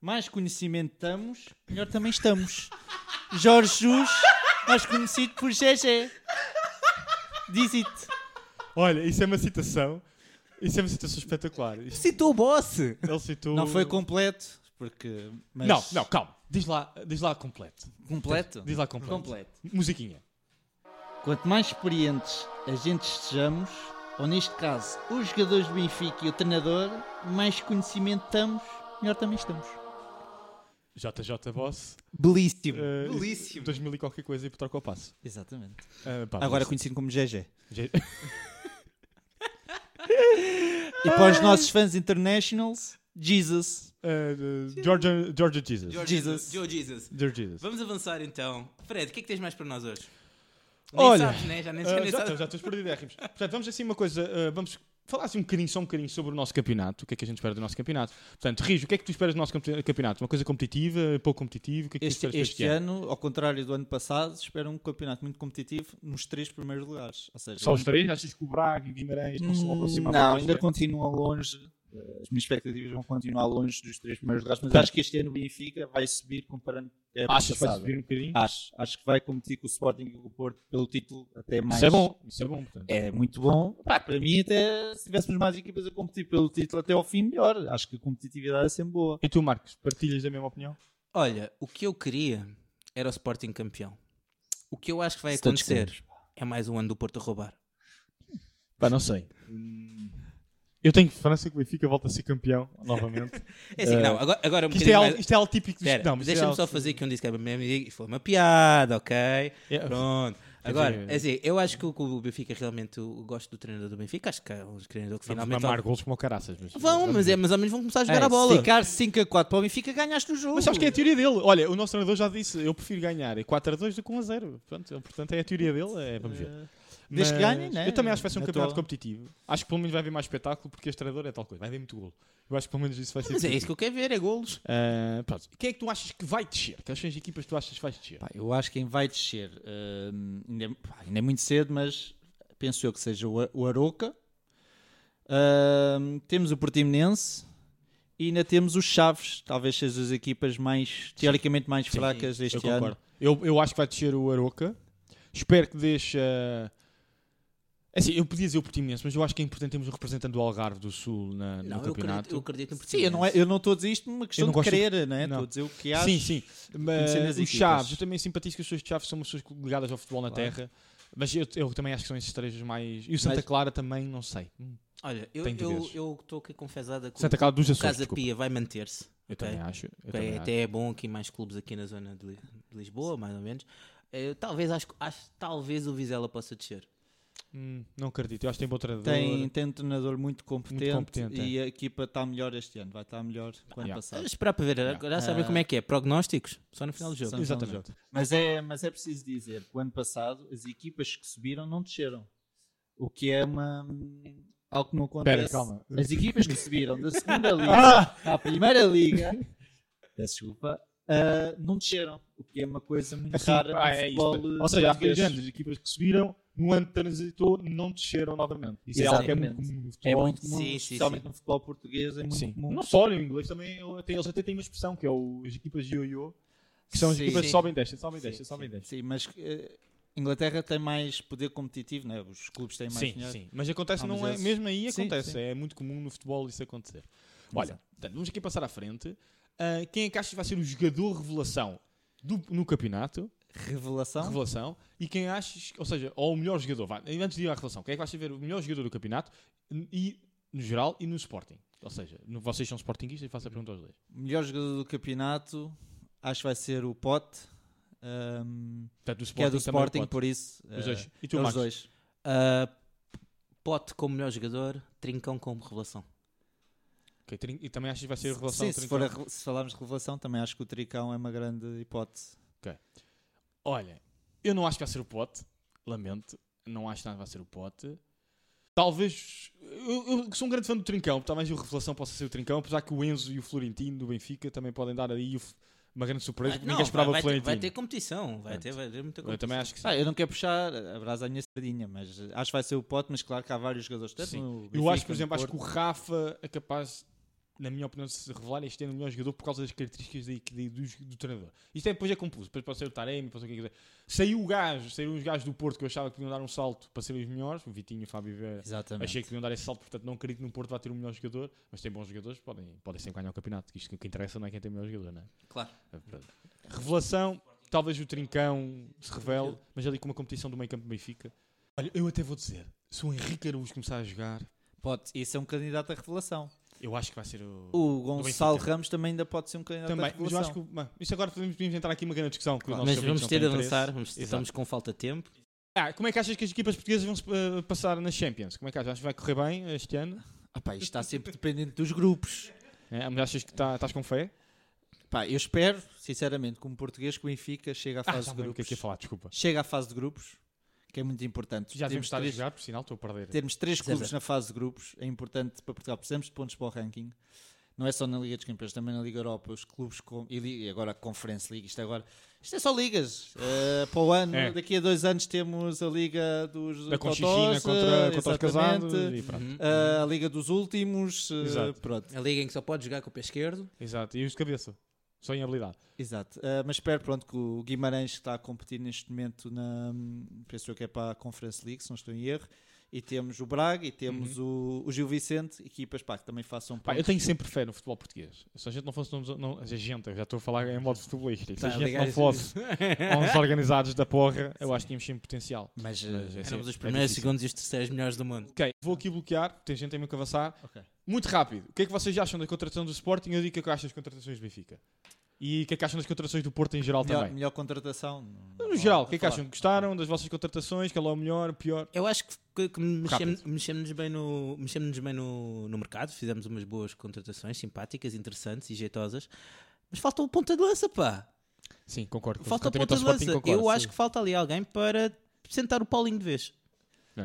Speaker 4: mais conhecimento estamos, melhor também estamos. Jorge Jus, mais conhecido por GG. Diz it.
Speaker 3: Olha, isso é uma citação. Isso é uma citação espetacular. Isto-
Speaker 1: Citou o boss!
Speaker 3: Ele citou.
Speaker 4: Não foi completo, porque. mas-
Speaker 3: Não, não, calma. Diz lá, diz lá completo.
Speaker 4: Completo?
Speaker 3: Diz lá completo.
Speaker 4: Completo.
Speaker 3: Musiquinha.
Speaker 4: Quanto mais experientes a gente estejamos, ou neste caso, os jogadores do Benfica e o treinador, mais conhecimento estamos, melhor também estamos.
Speaker 3: JJ Boss.
Speaker 1: Belíssimo!
Speaker 3: eh,
Speaker 1: Belíssimo!
Speaker 3: 2000 e qualquer coisa e troca o passo.
Speaker 4: Exatamente.
Speaker 3: Ah, pá,
Speaker 4: Agora
Speaker 3: mas-
Speaker 4: conhecido como GG.
Speaker 3: Je- [LAUGHS]
Speaker 4: E para os nossos fãs internationals, Jesus.
Speaker 3: eh, eh, Georgia, Georgia Jesus.
Speaker 1: George
Speaker 4: Jesus.
Speaker 1: Joe Jesus.
Speaker 3: Georgia Jesus.
Speaker 1: Vamos avançar então. Fred, o que é que tens mais para nós hoje? nem
Speaker 3: Olha,
Speaker 1: sabes, né? Já nem, já
Speaker 3: Ah,
Speaker 1: nem
Speaker 3: já,
Speaker 1: sabes.
Speaker 3: já estou perdido, Rimos. Portanto, vamos assim uma coisa, ah, vamos falar assim um bocadinho, só um bocadinho sobre o nosso campeonato, o que é que a gente espera do nosso campeonato. Portanto, Rijo, o que é que tu esperas do nosso campe- campeonato? Uma coisa competitiva, pouco competitiva, o que é que
Speaker 4: Este,
Speaker 3: tu esperas para
Speaker 4: este ano, ao contrário do ano passado, espero um campeonato muito competitivo nos três primeiros lugares. Ou seja,
Speaker 3: Só os três? Achas que o Braga e o Guimarães não se vão aproximar?
Speaker 4: Não,
Speaker 3: muito?
Speaker 4: ainda continuam longe. eh, As minhas expectativas vão continuar longe dos três primeiros lugares, mas
Speaker 3: Portanto,
Speaker 4: acho que este ano o Benfica vai subir comparando com a época
Speaker 3: Achas que vai
Speaker 4: passada.
Speaker 3: subir um bocadinho?
Speaker 4: Acho. Acho que vai competir com o Sporting e com o Porto pelo título até mais.
Speaker 3: Isso é bom, isso é bom. portanto.
Speaker 4: É muito bom. Pá, para mim, até se tivéssemos mais equipas a competir pelo título até ao fim, melhor. Acho que a competitividade é sempre boa.
Speaker 3: E tu, Marcos, partilhas da mesma opinião?
Speaker 1: Olha, o que eu queria era o Sporting campeão. O que eu acho que vai
Speaker 4: Se todos
Speaker 1: acontecer é mais um ano do Porto a roubar.
Speaker 3: Pá, não sei. Hum, Eu tenho França que o Benfica volta a ser campeão novamente.
Speaker 1: É assim,
Speaker 3: Eh,
Speaker 1: não, agora, agora um
Speaker 3: Que isto, é
Speaker 1: bocadinho
Speaker 3: algo,
Speaker 1: mais-
Speaker 3: isto é algo típico dos-
Speaker 1: Espera,
Speaker 3: não, mas isto é
Speaker 1: deixa-me
Speaker 3: algo-
Speaker 1: só fazer aqui um disclaimer e foi uma piada, ok?
Speaker 3: É,
Speaker 1: Pronto. Agora,
Speaker 3: dizer-
Speaker 1: é assim, eu acho que o, que o Benfica realmente eu gosto do treinador do Benfica, acho que é um treinador que
Speaker 3: Vamos
Speaker 1: finalmente
Speaker 3: mamar golos como o caraças.
Speaker 1: vão, mas, é, mas ao menos vão começar a jogar
Speaker 4: É,
Speaker 1: a bola.
Speaker 4: Se ficar 5 a 4 para o Benfica, ganhaste o jogo.
Speaker 3: Mas sabes que é a teoria dele? Olha, o nosso treinador já disse, eu prefiro ganhar 4 a 2 do que 1 a 0. Portanto, ele- portanto é a teoria dele, é, vamos ver.
Speaker 4: desde que
Speaker 3: Mas
Speaker 4: ganhem, né?
Speaker 3: Eu também acho que vai ser um
Speaker 4: Na
Speaker 3: campeonato
Speaker 4: tua-
Speaker 3: competitivo. Acho que pelo menos vai haver mais espetáculo, porque este treinador é tal coisa, vai haver muito golo. Eu acho que pelo menos isso vai ser.
Speaker 1: Mas é
Speaker 3: tudo.
Speaker 1: isso que eu quero ver, é golos.
Speaker 3: Ah, pronto. Quem é que tu achas que vai descer? Quais são as equipas que tu achas que vai descer?
Speaker 4: Pá, eu acho que quem vai descer hum, ainda, é- pá, ainda é muito cedo, mas penso eu que seja o, A- o Aroca. Hum, temos o Portimonense e ainda temos os Chaves, talvez sejam as equipas mais teoricamente mais fracas este
Speaker 3: eu
Speaker 4: ano.
Speaker 3: concordo. Eu, eu acho que vai descer o Aroca. Espero que deixe. ah, é Assim, eu podia dizer o Portimonense, mas eu acho que é importante termos um representante do Algarve do Sul na- no
Speaker 1: Não, eu acredito,
Speaker 3: campeonato.
Speaker 1: eu acredito no Porto.
Speaker 4: Sim, eu não, é- eu não estou a dizer isto uma questão
Speaker 3: não
Speaker 4: de
Speaker 3: gosto de-
Speaker 4: querer, né?
Speaker 3: não.
Speaker 4: Estou a dizer o que acho.
Speaker 3: Sim, sim.
Speaker 4: conhecendo
Speaker 3: Mas
Speaker 4: as
Speaker 3: os
Speaker 4: equipas.
Speaker 3: Chaves, eu também simpatizo que as pessoas de Chaves são pessoas ligadas ao futebol na
Speaker 4: Claro.
Speaker 3: terra. Mas eu, eu também acho que são esses três os mais. E o Santa
Speaker 1: Mas-
Speaker 3: Clara também, não sei. Hum.
Speaker 1: Olha, eu
Speaker 3: Tenho
Speaker 1: estou
Speaker 3: dúvidas.
Speaker 1: eu, estou aqui confesada que
Speaker 3: Santa Clara dos
Speaker 1: o
Speaker 3: Açores.
Speaker 1: Casa
Speaker 3: desculpa.
Speaker 1: Pia vai manter-se.
Speaker 3: Eu
Speaker 1: ok?
Speaker 3: também acho. Eu
Speaker 1: Ok,
Speaker 3: também acho.
Speaker 1: até é bom aqui mais clubes aqui na zona de, Li- de Lisboa, mais ou menos. Eh, talvez, acho, acho- talvez o Vizela possa descer.
Speaker 3: Hum, não acredito. Eu acho que tem bom treinador.
Speaker 4: Tem, tem um treinador muito competente,
Speaker 3: competente, é.
Speaker 4: e a equipa está melhor este ano, vai estar melhor que o ano
Speaker 3: Yeah.
Speaker 1: Vamos
Speaker 4: passado.
Speaker 1: esperar para ver.
Speaker 3: Yeah.
Speaker 1: Agora
Speaker 4: Ah.
Speaker 1: sabem como é que é. Prognósticos? Só no final do jogo.
Speaker 4: Só no final do
Speaker 3: Exatamente.
Speaker 4: jogo.
Speaker 2: Mas é, mas é preciso dizer que o ano passado as equipas que subiram não desceram. O que é uma. algo que não acontece.
Speaker 3: Espera, calma.
Speaker 2: As equipas que subiram da
Speaker 5: [LAUGHS]
Speaker 2: segunda liga
Speaker 5: Ah!
Speaker 2: à primeira liga, peço desculpa, ah, não desceram. O que é uma coisa muito rara no
Speaker 5: Ah, é isto.
Speaker 2: futebol.
Speaker 5: Ou seja, há
Speaker 2: português.
Speaker 5: dois anos, as equipas que subiram, no ano que transitou, não desceram novamente. Isso é algo que é
Speaker 2: Exatamente.
Speaker 5: muito comum no futebol.
Speaker 2: É muito comum,
Speaker 1: Sim, sim,
Speaker 2: especialmente
Speaker 1: sim.
Speaker 2: no futebol português, é muito
Speaker 5: Sim.
Speaker 2: comum.
Speaker 5: Não só, olha, o inglês também, eu- até- eles até têm uma expressão, que é o, as equipas de ioiô, que são as
Speaker 4: Sim.
Speaker 5: equipas que
Speaker 4: Sim.
Speaker 5: sobem e descem, sobem e descem, sobem e descem.
Speaker 4: Sim, mas eh, Inglaterra tem mais poder competitivo,
Speaker 2: é?
Speaker 4: né? os clubes têm mais
Speaker 3: Sim,
Speaker 4: dinheiro.
Speaker 3: sim. Mas acontece,
Speaker 4: Ah, mas
Speaker 3: não é,
Speaker 4: esse-
Speaker 3: mesmo aí
Speaker 4: Sim,
Speaker 3: acontece.
Speaker 4: sim.
Speaker 3: É muito comum no futebol isso acontecer. Olha, portanto, vamos aqui passar à frente. Ah, quem é que achas que vai ser o jogador revelação do- no campeonato?
Speaker 4: Revelação?
Speaker 3: Revelação. E quem achas, ou seja, ou o melhor jogador, vá, antes de ir à relação, quem é que vai ser ver o melhor jogador do campeonato e, no geral e no Sporting? Ou seja, no- vocês são Sportingistas e faço a pergunta aos dois.
Speaker 4: Melhor jogador do campeonato, acho que vai ser o Pote, ehm,
Speaker 3: Portanto, o
Speaker 4: que é do
Speaker 3: Sporting também
Speaker 4: Sporting,
Speaker 3: pode.
Speaker 4: por isso.
Speaker 3: Os
Speaker 4: eh,
Speaker 3: dois. E tu,
Speaker 4: é os
Speaker 3: Marcos?
Speaker 4: dois.
Speaker 1: Ah, Pote como melhor jogador, Trincão como revelação.
Speaker 3: Ok, trin- E também achas que vai ser a relação
Speaker 4: Sim,
Speaker 3: ao
Speaker 4: se,
Speaker 3: Trincão?
Speaker 4: for a re- se falarmos de revelação, também acho que o Tricão é uma grande hipótese.
Speaker 3: Olha, eu não acho que vai ser o pote. Lamento. Não acho que nada vai ser o pote. Talvez. Eu, eu sou um grande fã do Trincão, talvez o Revelação possa ser o Trincão, apesar que o Enzo e o Florentino do Benfica também podem dar aí o f- uma grande surpresa, porque
Speaker 1: Ah, Não,
Speaker 3: ninguém esperava
Speaker 1: vai, vai
Speaker 3: o
Speaker 1: ter,
Speaker 3: Florentino.
Speaker 1: vai ter competição. Vai
Speaker 3: Pronto.
Speaker 1: ter, vai ter muita
Speaker 3: eu também
Speaker 1: competição.
Speaker 3: acho que sim.
Speaker 4: Ah, eu não quero puxar eh, a brasa à minha sardinha, mas eh, acho que vai ser o Pote, mas claro que há vários jogadores. tanto
Speaker 3: Sim.
Speaker 4: no
Speaker 3: eu
Speaker 4: Benfica,
Speaker 3: acho, por
Speaker 4: no
Speaker 3: exemplo, acho que o
Speaker 4: Porto.
Speaker 3: Rafa é capaz, na minha opinião, de se revelar este ano é o melhor jogador por causa das características da equi- da- do, do treinador. Isto é, depois é confuso, depois pode ser o Taremi, pode ser o que quiser. Saiu o gajo, saíram os gajos do Porto que eu achava que podiam dar um salto para serem os melhores, o Vitinho e o Fábio Vieira
Speaker 4: Exatamente.
Speaker 3: Achei que deviam dar esse salto, portanto não acredito que no Porto vá ter o melhor jogador, mas tem bons jogadores, podem, podem sempre ganhar o campeonato. que Isto que o que interessa não é quem tem o melhor jogador, não é?
Speaker 1: Claro.
Speaker 3: É, pronto. Revelação, talvez o Trincão se revele, mas ali com uma competição do meio campo do Benfica. Olha, eu até vou dizer, se o Henrique Araújo começar a jogar,
Speaker 4: Pote, esse é um candidato à revelação.
Speaker 3: eu acho que vai ser o...
Speaker 4: O Gonçalo
Speaker 3: Benfica.
Speaker 4: Ramos também ainda pode ser um candidato à
Speaker 3: Também, mas eu
Speaker 4: revelação.
Speaker 3: acho que... o- Bem, isto agora podemos, podemos entrar aqui uma grande discussão. Que os nossos
Speaker 1: Mas
Speaker 3: ouvintes
Speaker 1: vamos
Speaker 3: não
Speaker 1: ter de
Speaker 3: têm interesse.
Speaker 1: avançar. Vamos,
Speaker 3: Exato.
Speaker 1: estamos com falta de tempo.
Speaker 3: Ah, como é que achas que as equipas portuguesas vão se, eh, passar na Champions? Como é que achas? Achas que vai correr bem este ano?
Speaker 4: Ah pá, isto está sempre dependente dos grupos.
Speaker 3: É, mas achas que tá- estás com fé?
Speaker 4: Pá, eu espero, sinceramente, como português, que o Benfica chegue à
Speaker 3: Ah,
Speaker 4: fase
Speaker 3: já
Speaker 4: de
Speaker 3: bem o que é
Speaker 4: grupos.
Speaker 3: que ia falar, desculpa.
Speaker 4: Chega à fase de grupos, que é muito importante.
Speaker 3: Já devemos
Speaker 4: Temos
Speaker 3: estar a
Speaker 4: três-
Speaker 3: jogar, por sinal, estou a perder.
Speaker 4: Termos três
Speaker 1: Zero,
Speaker 4: clubes
Speaker 1: zero.
Speaker 4: na fase de grupos é importante para Portugal. Precisamos de pontos para o ranking. Não é só na Liga dos Campeões, também na Liga Europa. Os clubes com. E li- e agora a Conference League. Isto, agora, isto é só ligas. Eh, para o ano,
Speaker 3: É.
Speaker 4: daqui a dois anos, temos a Liga dos.
Speaker 3: Da
Speaker 4: totós,
Speaker 3: Conchichina né, contra,
Speaker 4: eh,
Speaker 3: contra os
Speaker 4: exatamente.
Speaker 3: casados e pronto.
Speaker 1: Uhum.
Speaker 4: Eh, a Liga dos Últimos. eh,
Speaker 3: Exato.
Speaker 4: Pronto.
Speaker 1: A liga em que só pode jogar com o pé esquerdo.
Speaker 3: Exato, e os de cabeça. Só em habilidade.
Speaker 4: Exato. Eh, mas espero pronto, que o Guimarães, que está a competir neste momento, na, penso eu que é para a Conference League, se não estou em erro. E temos o Braga e temos o, o Gil Vicente, equipas pá, que também façam
Speaker 3: Uhum. Pá,
Speaker 4: pontos.
Speaker 3: eu tenho sempre fé no futebol português. Se a gente não fosse. Não, não, se a gente, eu já estou a falar em modo futebolista. Se a
Speaker 1: Tá,
Speaker 3: gente
Speaker 1: obrigado.
Speaker 3: é não fosse [LAUGHS] uns organizados da porra, eu acho que tínhamos sempre potencial.
Speaker 4: Mas, eh,
Speaker 3: Mas é
Speaker 1: Éramos
Speaker 3: sempre-
Speaker 1: os
Speaker 3: é
Speaker 1: primeiros,
Speaker 3: difícil.
Speaker 1: segundos e os terceiros melhores do mundo.
Speaker 3: Ok, vou aqui bloquear, tem gente tem muito que avançar.
Speaker 4: Ok.
Speaker 3: Muito rápido, o que é que vocês acham da contratação do Sporting? Eu digo o que é que eu acho das contratações do Benfica. E o que é que acham das contratações do Porto em geral
Speaker 4: melhor,
Speaker 3: também?
Speaker 4: melhor contratação.
Speaker 3: No geral, o que é que acham? Gostaram das vossas contratações? Qual é o melhor, o pior?
Speaker 1: Eu acho que, que, que mexemos,
Speaker 3: Rápido.
Speaker 1: mexemos bem, no, mexemos bem no, no mercado, fizemos umas boas contratações simpáticas, interessantes e jeitosas, mas falta o ponta de lança, pá.
Speaker 3: Sim, concordo.
Speaker 1: Falta o ponta de lança. Eu acho que falta ali alguém para sentar o Paulinho de vez.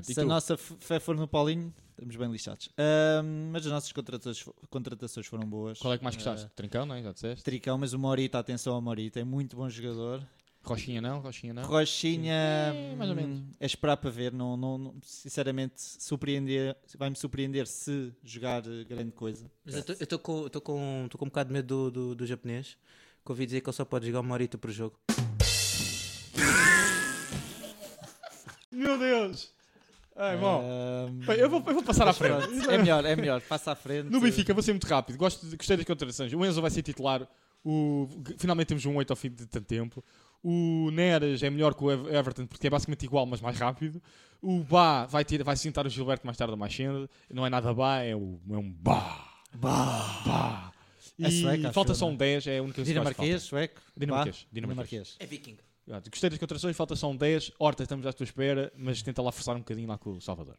Speaker 4: Se a nossa f- fé for no Paulinho, estamos bem lixados. Ahm, mas as nossas contratações, fo- contratações foram boas.
Speaker 3: Qual é que mais gostaste? Trincão, não é? Já disseste?
Speaker 4: Tricão, mas o Morita, atenção ao Morita, é muito bom jogador.
Speaker 3: Rochinha não, Rochinha não.
Speaker 4: Rochinha
Speaker 3: É, mais ou
Speaker 4: hum,
Speaker 3: menos.
Speaker 4: é esperar para ver. Não, não, não- sinceramente, surpreender, vai-me surpreender se jogar eh, grande coisa.
Speaker 1: Mas eu estou com, tô com, tô com um bocado de medo do, do, do japonês, que ouvi dizer que ele só pode jogar uma horita por jogo.
Speaker 3: Meu Deus! Ai, bom.
Speaker 4: Ahm,
Speaker 3: Bem, eu, vou, eu vou Oh, passar à
Speaker 4: É. Hum, mas
Speaker 3: frente.
Speaker 4: pronto, é melhor, é melhor. Passa à frente.
Speaker 3: No Benfica, vou ser muito rápido. Gosto de, gostei das contratações. O Enzo vai ser titular. O, finalmente temos um 8 ao fim de tanto tempo. O Neres é melhor que o Ev- Everton porque é basicamente igual, mas mais rápido. O Bá vai, ter, vai sentar o Gilberto mais tarde ou mais cedo. Não é nada Bá, é, o, é um Bá. Bá. Bá.
Speaker 4: É
Speaker 3: E
Speaker 4: sueca, acho
Speaker 3: falta
Speaker 4: eu,
Speaker 3: só
Speaker 4: não
Speaker 3: um 10, é a única coisa que mais
Speaker 4: Dinamarquês, sueco.
Speaker 3: falta. Dinamarquês.
Speaker 4: Pá.
Speaker 3: Dinamarquês.
Speaker 1: É viking.
Speaker 3: Exato. Ah, Gostei das contrações, falta só um 10. Horta, estamos à tua espera, mas tenta lá forçar um bocadinho lá com o Salvador.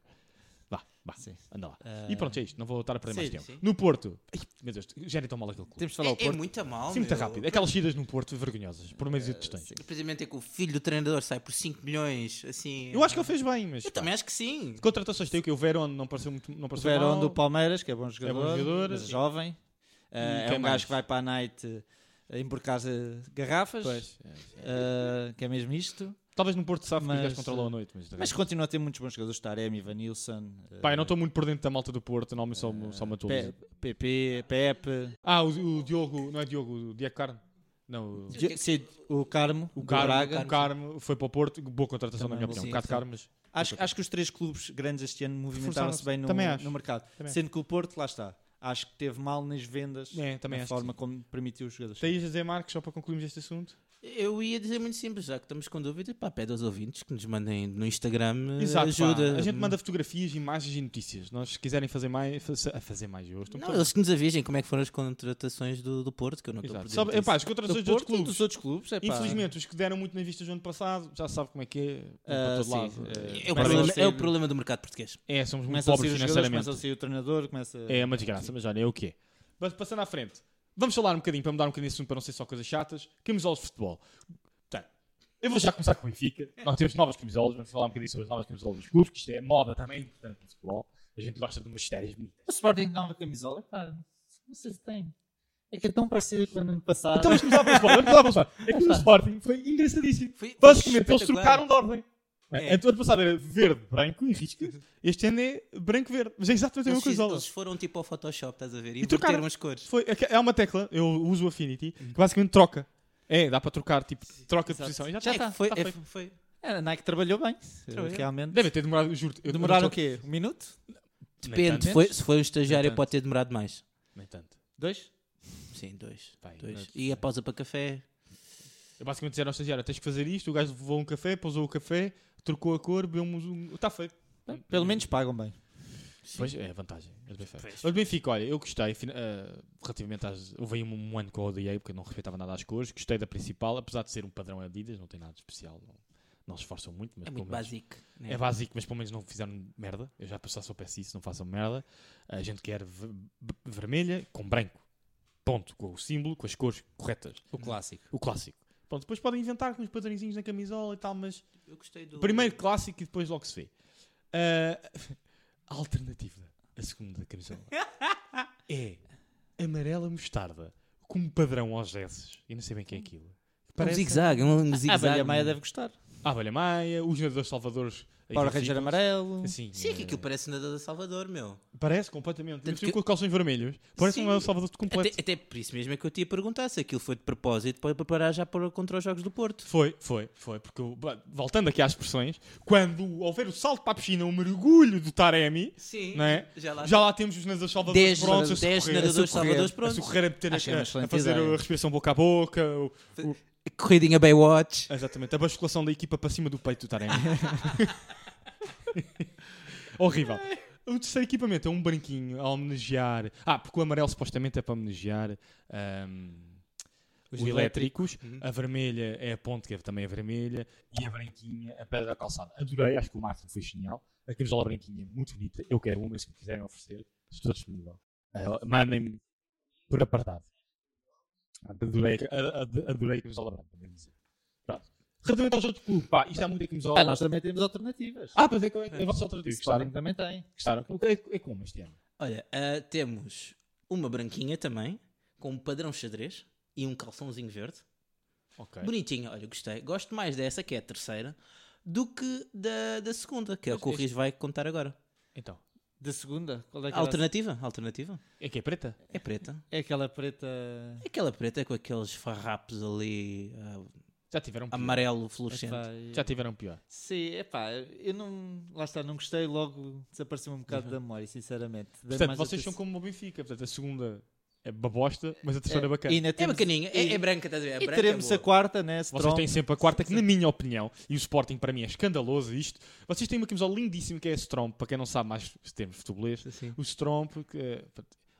Speaker 3: Vá, vá,
Speaker 4: Sim.
Speaker 3: anda lá.
Speaker 4: Ah,
Speaker 3: E pronto, é isto. Não vou estar a perder
Speaker 1: sim,
Speaker 3: mais tempo.
Speaker 1: sim.
Speaker 3: No Porto. Ai, meu Deus, gerem tão mal aquele clube.
Speaker 4: Temos de falar ao
Speaker 1: É, é
Speaker 4: Porto.
Speaker 1: muito mal.
Speaker 3: Sim, muito
Speaker 1: meu.
Speaker 3: rápido. é Aquelas saídas no Porto vergonhosas, por meios e testões.
Speaker 1: E precisamente é que o filho do treinador sai por 5 milhões, assim.
Speaker 3: Eu acho que é um ele fez bem, mas.
Speaker 1: Eu
Speaker 3: pá,
Speaker 1: também acho que sim.
Speaker 3: Contratações tem o que? O Verón não pareceu muito. Não
Speaker 4: O
Speaker 3: pareceu
Speaker 4: Verón
Speaker 3: mal.
Speaker 4: do Palmeiras, que é bom
Speaker 3: bom
Speaker 4: jogador,
Speaker 3: jogador,
Speaker 4: mas
Speaker 3: sim.
Speaker 4: jovem. Eh, é
Speaker 3: quem
Speaker 4: um
Speaker 3: mais?
Speaker 4: gajo que vai para a night eh, emborcar eh, garrafas,
Speaker 3: Pois, é, é.
Speaker 4: eh, que é mesmo isto.
Speaker 3: Talvez no Porto sabe que os
Speaker 4: Mas,
Speaker 3: gajos controlam a noite. Mas,
Speaker 4: Mas continua a ter muitos bons jogadores, Taremi, Vanilson, eh,
Speaker 3: Pá, eu não estou muito por dentro da malta do Porto, não, mas só, só me atualizo.
Speaker 4: Pe- PP, Pepe,
Speaker 3: Ah, o, o Diogo, não é Diogo, o Diego Carne? Não, o-
Speaker 4: Di- sim, é o Carmo,
Speaker 3: O
Speaker 4: do
Speaker 3: Carmo,
Speaker 4: Braga.
Speaker 3: o Carmo foi para o Porto, boa contratação
Speaker 4: Também
Speaker 3: na minha
Speaker 4: boa
Speaker 3: opinião. Um
Speaker 1: sim,
Speaker 3: bocado
Speaker 1: sim.
Speaker 3: caro, mas
Speaker 4: Acho, acho que os três clubes grandes este ano movimentaram-se
Speaker 3: Reforçaram-se.
Speaker 4: bem no,
Speaker 3: Também acho.
Speaker 4: no mercado.
Speaker 3: Também
Speaker 4: Sendo que o Porto, lá está, acho que teve mal nas vendas,
Speaker 3: É, também
Speaker 4: na
Speaker 3: acho que
Speaker 4: forma como permitiu os jogadores.
Speaker 3: tens a dizer, Marcos, só para concluirmos este assunto.
Speaker 1: Eu ia dizer muito simples, já que estamos com dúvidas, pá, pede aos ouvintes que nos mandem no Instagram eh,
Speaker 3: Exato,
Speaker 1: ajuda.
Speaker 3: pá. A gente manda fotografias, imagens e notícias. Nós, se quiserem fazer mais, faça- a fazer mais, eu estou
Speaker 1: Não, eles que nos avisem como é que foram as contratações do, do Porto, que eu não estou
Speaker 3: Exato.
Speaker 1: por
Speaker 3: Sabe,
Speaker 1: dentro
Speaker 3: epá,
Speaker 1: disso.
Speaker 3: as contratações
Speaker 4: do
Speaker 3: de outros
Speaker 4: Porto e
Speaker 3: clubes.
Speaker 4: dos outros clubes, é pá.
Speaker 3: Infelizmente, os que deram muito nas vistas do ano passado, já sabe como é que é. vão para
Speaker 4: Ah,
Speaker 3: todo
Speaker 4: sim,
Speaker 3: lado.
Speaker 4: eh,
Speaker 1: É o,
Speaker 4: Começa a
Speaker 1: problema,
Speaker 4: ser-
Speaker 1: é o problema do mercado português.
Speaker 3: É, somos muito
Speaker 4: Começa a sair
Speaker 3: pobres
Speaker 4: os jogadores,
Speaker 3: financeiramente.
Speaker 4: começa a sair o treinador, começa
Speaker 3: É uma desgraça, mas olha, é o que é. Mas passando à frente, vamos falar um bocadinho para mudar um bocadinho de assunto para não ser só coisas chatas. Camisolas de futebol. Portanto, eu vou já começar com o Benfica. Nós temos novas camisolas, vamos falar um bocadinho sobre as novas camisolas dos clubes, que isto é moda também importante no futebol. A gente gosta de umas histórias bonitas.
Speaker 2: O Sporting tem uma camisola? Pá, não sei se tem. É que é tão parecido com o ano passado.
Speaker 3: Então vamos começar pelo Sporting, vamos começar pelo Sporting. Aqui no É Sporting foi engraçadíssimo.
Speaker 1: Foi- foi
Speaker 3: Basicamente, eles
Speaker 1: espetacular.
Speaker 3: trocaram de ordem.
Speaker 1: É.
Speaker 3: É. Ano passado era verde, branco e risca. Este ano é branco-verde. Mas é exatamente a
Speaker 1: Eles,
Speaker 3: mesma
Speaker 1: fiz-
Speaker 3: camisola.
Speaker 1: eles foram tipo ao Photoshop, estás a ver? E,
Speaker 3: E trocaram.
Speaker 1: trocaram as cores.
Speaker 3: Foi, é que é uma tecla, eu uso o Affinity, que basicamente troca. Uhum. É, dá para trocar, tipo, troca de posição. E já
Speaker 1: É que
Speaker 3: está.
Speaker 1: foi,
Speaker 3: tá
Speaker 1: é-
Speaker 3: feito.
Speaker 1: foi.
Speaker 4: A Nike trabalhou bem,
Speaker 1: Trabalhou.
Speaker 4: realmente.
Speaker 3: Deve ter demorado, eu juro. Eu
Speaker 4: Demoraram
Speaker 3: eu
Speaker 4: o quê? Um minuto?
Speaker 3: Nem
Speaker 1: Depende,
Speaker 3: tanto.
Speaker 1: foi- se foi um estagiário
Speaker 3: tanto.
Speaker 1: pode ter demorado mais.
Speaker 3: Nem tanto.
Speaker 4: Dois?
Speaker 1: Sim, dois.
Speaker 3: Vai,
Speaker 1: dois.
Speaker 3: mas-
Speaker 1: E a pausa para café.
Speaker 3: Eu basicamente disseram ao estagiário, tens que fazer isto, o gajo levou um café, pousou o café, trocou a cor, bebemos um... Está feito. Hum.
Speaker 4: Pelo menos pagam bem.
Speaker 3: Pois é, a vantagem. É do Benfica. Mas do Benfica, olha, eu gostei. fina- ah, relativamente às. Houve aí um, um ano que eu odiei porque eu não respeitava nada às cores. Gostei da principal, apesar de ser um padrão Adidas, não tem nada de especial. Não, não se esforçam muito, mas
Speaker 1: É
Speaker 3: pelo
Speaker 1: muito
Speaker 3: menos-
Speaker 1: básico. né?
Speaker 4: Uhum.
Speaker 3: É básico, mas pelo menos não fizeram merda. Eu já passar só peço isso, não façam merda. A gente quer ve- b- vermelha com branco. Ponto. Com o símbolo, com as cores corretas.
Speaker 4: O clássico.
Speaker 3: O clássico. Pronto, depois podem inventar com os padrõezinhos na camisola e tal, mas
Speaker 1: Eu gostei do. É
Speaker 3: Primeiro clássico e depois logo se vê. Ah, [LAUGHS] a alternativa, a segunda camisola,
Speaker 4: [LAUGHS]
Speaker 3: é amarela mostarda, como padrão aos S. Eu não sei bem quem é aquilo.
Speaker 1: Um zigue-zague, um
Speaker 3: Ah,
Speaker 4: A
Speaker 1: zigue-zague.
Speaker 4: Abelha Maia deve gostar.
Speaker 3: A Abelha Maia, os nadadores salvadores. aí
Speaker 4: Power
Speaker 3: vencidos.
Speaker 4: Ranger amarelo.
Speaker 3: Assim,
Speaker 1: Sim, é que
Speaker 3: eh,
Speaker 1: aquilo parece nada da Salvador, meu.
Speaker 3: Parece completamente.
Speaker 1: Tanto
Speaker 3: Tanto
Speaker 1: que-
Speaker 3: com os calções vermelhos. Parece
Speaker 1: Sim.
Speaker 3: um El Salvador de completo.
Speaker 1: Até, até por isso mesmo é que eu te ia perguntar se aquilo foi de propósito para preparar já para, contra os Jogos do Porto.
Speaker 3: Foi, foi, foi. Porque, o- bah, voltando aqui às expressões, quando houver o salto para a piscina, o mergulho do Taremi,
Speaker 1: Sim.
Speaker 3: não é?
Speaker 1: Já lá
Speaker 3: Já lá temos os nadadores salvadores
Speaker 1: 10
Speaker 3: prontos a socorrer.
Speaker 1: nadadores
Speaker 4: socorrer,
Speaker 1: salvadores
Speaker 3: a
Speaker 1: prontos.
Speaker 3: socorrer a, meter a,
Speaker 4: Acho que é uma
Speaker 3: a- a
Speaker 4: excelente
Speaker 3: fazer
Speaker 4: ideia.
Speaker 3: a respiração boca a boca, o-
Speaker 1: Corridinha
Speaker 3: É.
Speaker 1: Baywatch.
Speaker 3: exatamente, a basculação da equipa para cima do peito do Taremi. [LAUGHS] Horrível. O terceiro equipamento é um branquinho a homenagear. Ah, porque o amarelo supostamente é para homenagear ahm, os,
Speaker 4: Os
Speaker 3: elétricos.
Speaker 1: Uhum.
Speaker 3: A vermelha é a ponte, que é- também é vermelha. E a branquinha, a pedra da calçada. Adorei, acho que o Martin foi genial. A camisola branquinha, é muito bonita. Eu quero uma, se me quiserem oferecer, estou disponível. Ah, Mandem-me por apartado. Adorei, a- a- adorei a camisola branca, devo dizer. Pronto. Relativamente aos outros clubes, pá, isto é muita camisola.
Speaker 2: Ah, nós também temos alternativas.
Speaker 3: Ah, pois é que é a vossa alternativa.
Speaker 2: o
Speaker 3: Gostaram?
Speaker 2: Sporting também tem.
Speaker 3: Gostaram? É, é como este ano?
Speaker 1: Olha, ah, temos uma branquinha também, com um padrão xadrez e um calçãozinho verde.
Speaker 3: Ok.
Speaker 1: Bonitinha, olha, gostei. Gosto mais dessa, que é a terceira, do que da, da segunda, que é o que o Riz vai contar agora.
Speaker 3: Então.
Speaker 4: De segunda? Qual é aquela?
Speaker 1: Alternativa? Alternativa?
Speaker 3: É que é preta?
Speaker 1: É preta.
Speaker 4: É aquela preta.
Speaker 1: Aquela preta é com aqueles farrapos ali, ah,
Speaker 3: Já tiveram pior.
Speaker 1: amarelo
Speaker 4: que
Speaker 1: fluorescente.
Speaker 4: vai-
Speaker 3: Já tiveram pior.
Speaker 4: Sim, é pá, eu não. Lá está, não gostei, logo desapareceu um bocado da memória, sinceramente. Da
Speaker 3: Uhum. Portanto,
Speaker 4: mais
Speaker 3: vocês
Speaker 4: outra-
Speaker 3: são como o Benfica. Portanto, a segunda é babosta, mas a terceira é bacana.
Speaker 4: E ainda
Speaker 1: É
Speaker 4: temos-
Speaker 1: bacaninha, é,
Speaker 4: e-
Speaker 1: é branca, estás a ver? É
Speaker 4: E
Speaker 1: branca,
Speaker 4: teremos
Speaker 1: é
Speaker 4: a
Speaker 1: boa.
Speaker 4: quarta, né?
Speaker 3: Vocês
Speaker 4: Strong.
Speaker 3: têm sempre a quarta, que na minha opinião, e o Sporting para mim é escandaloso isto, vocês têm uma camisola lindíssima que é a Stromp, para quem não sabe mais os termos futebolês.
Speaker 1: Assim.
Speaker 3: O Stromp, que... eh,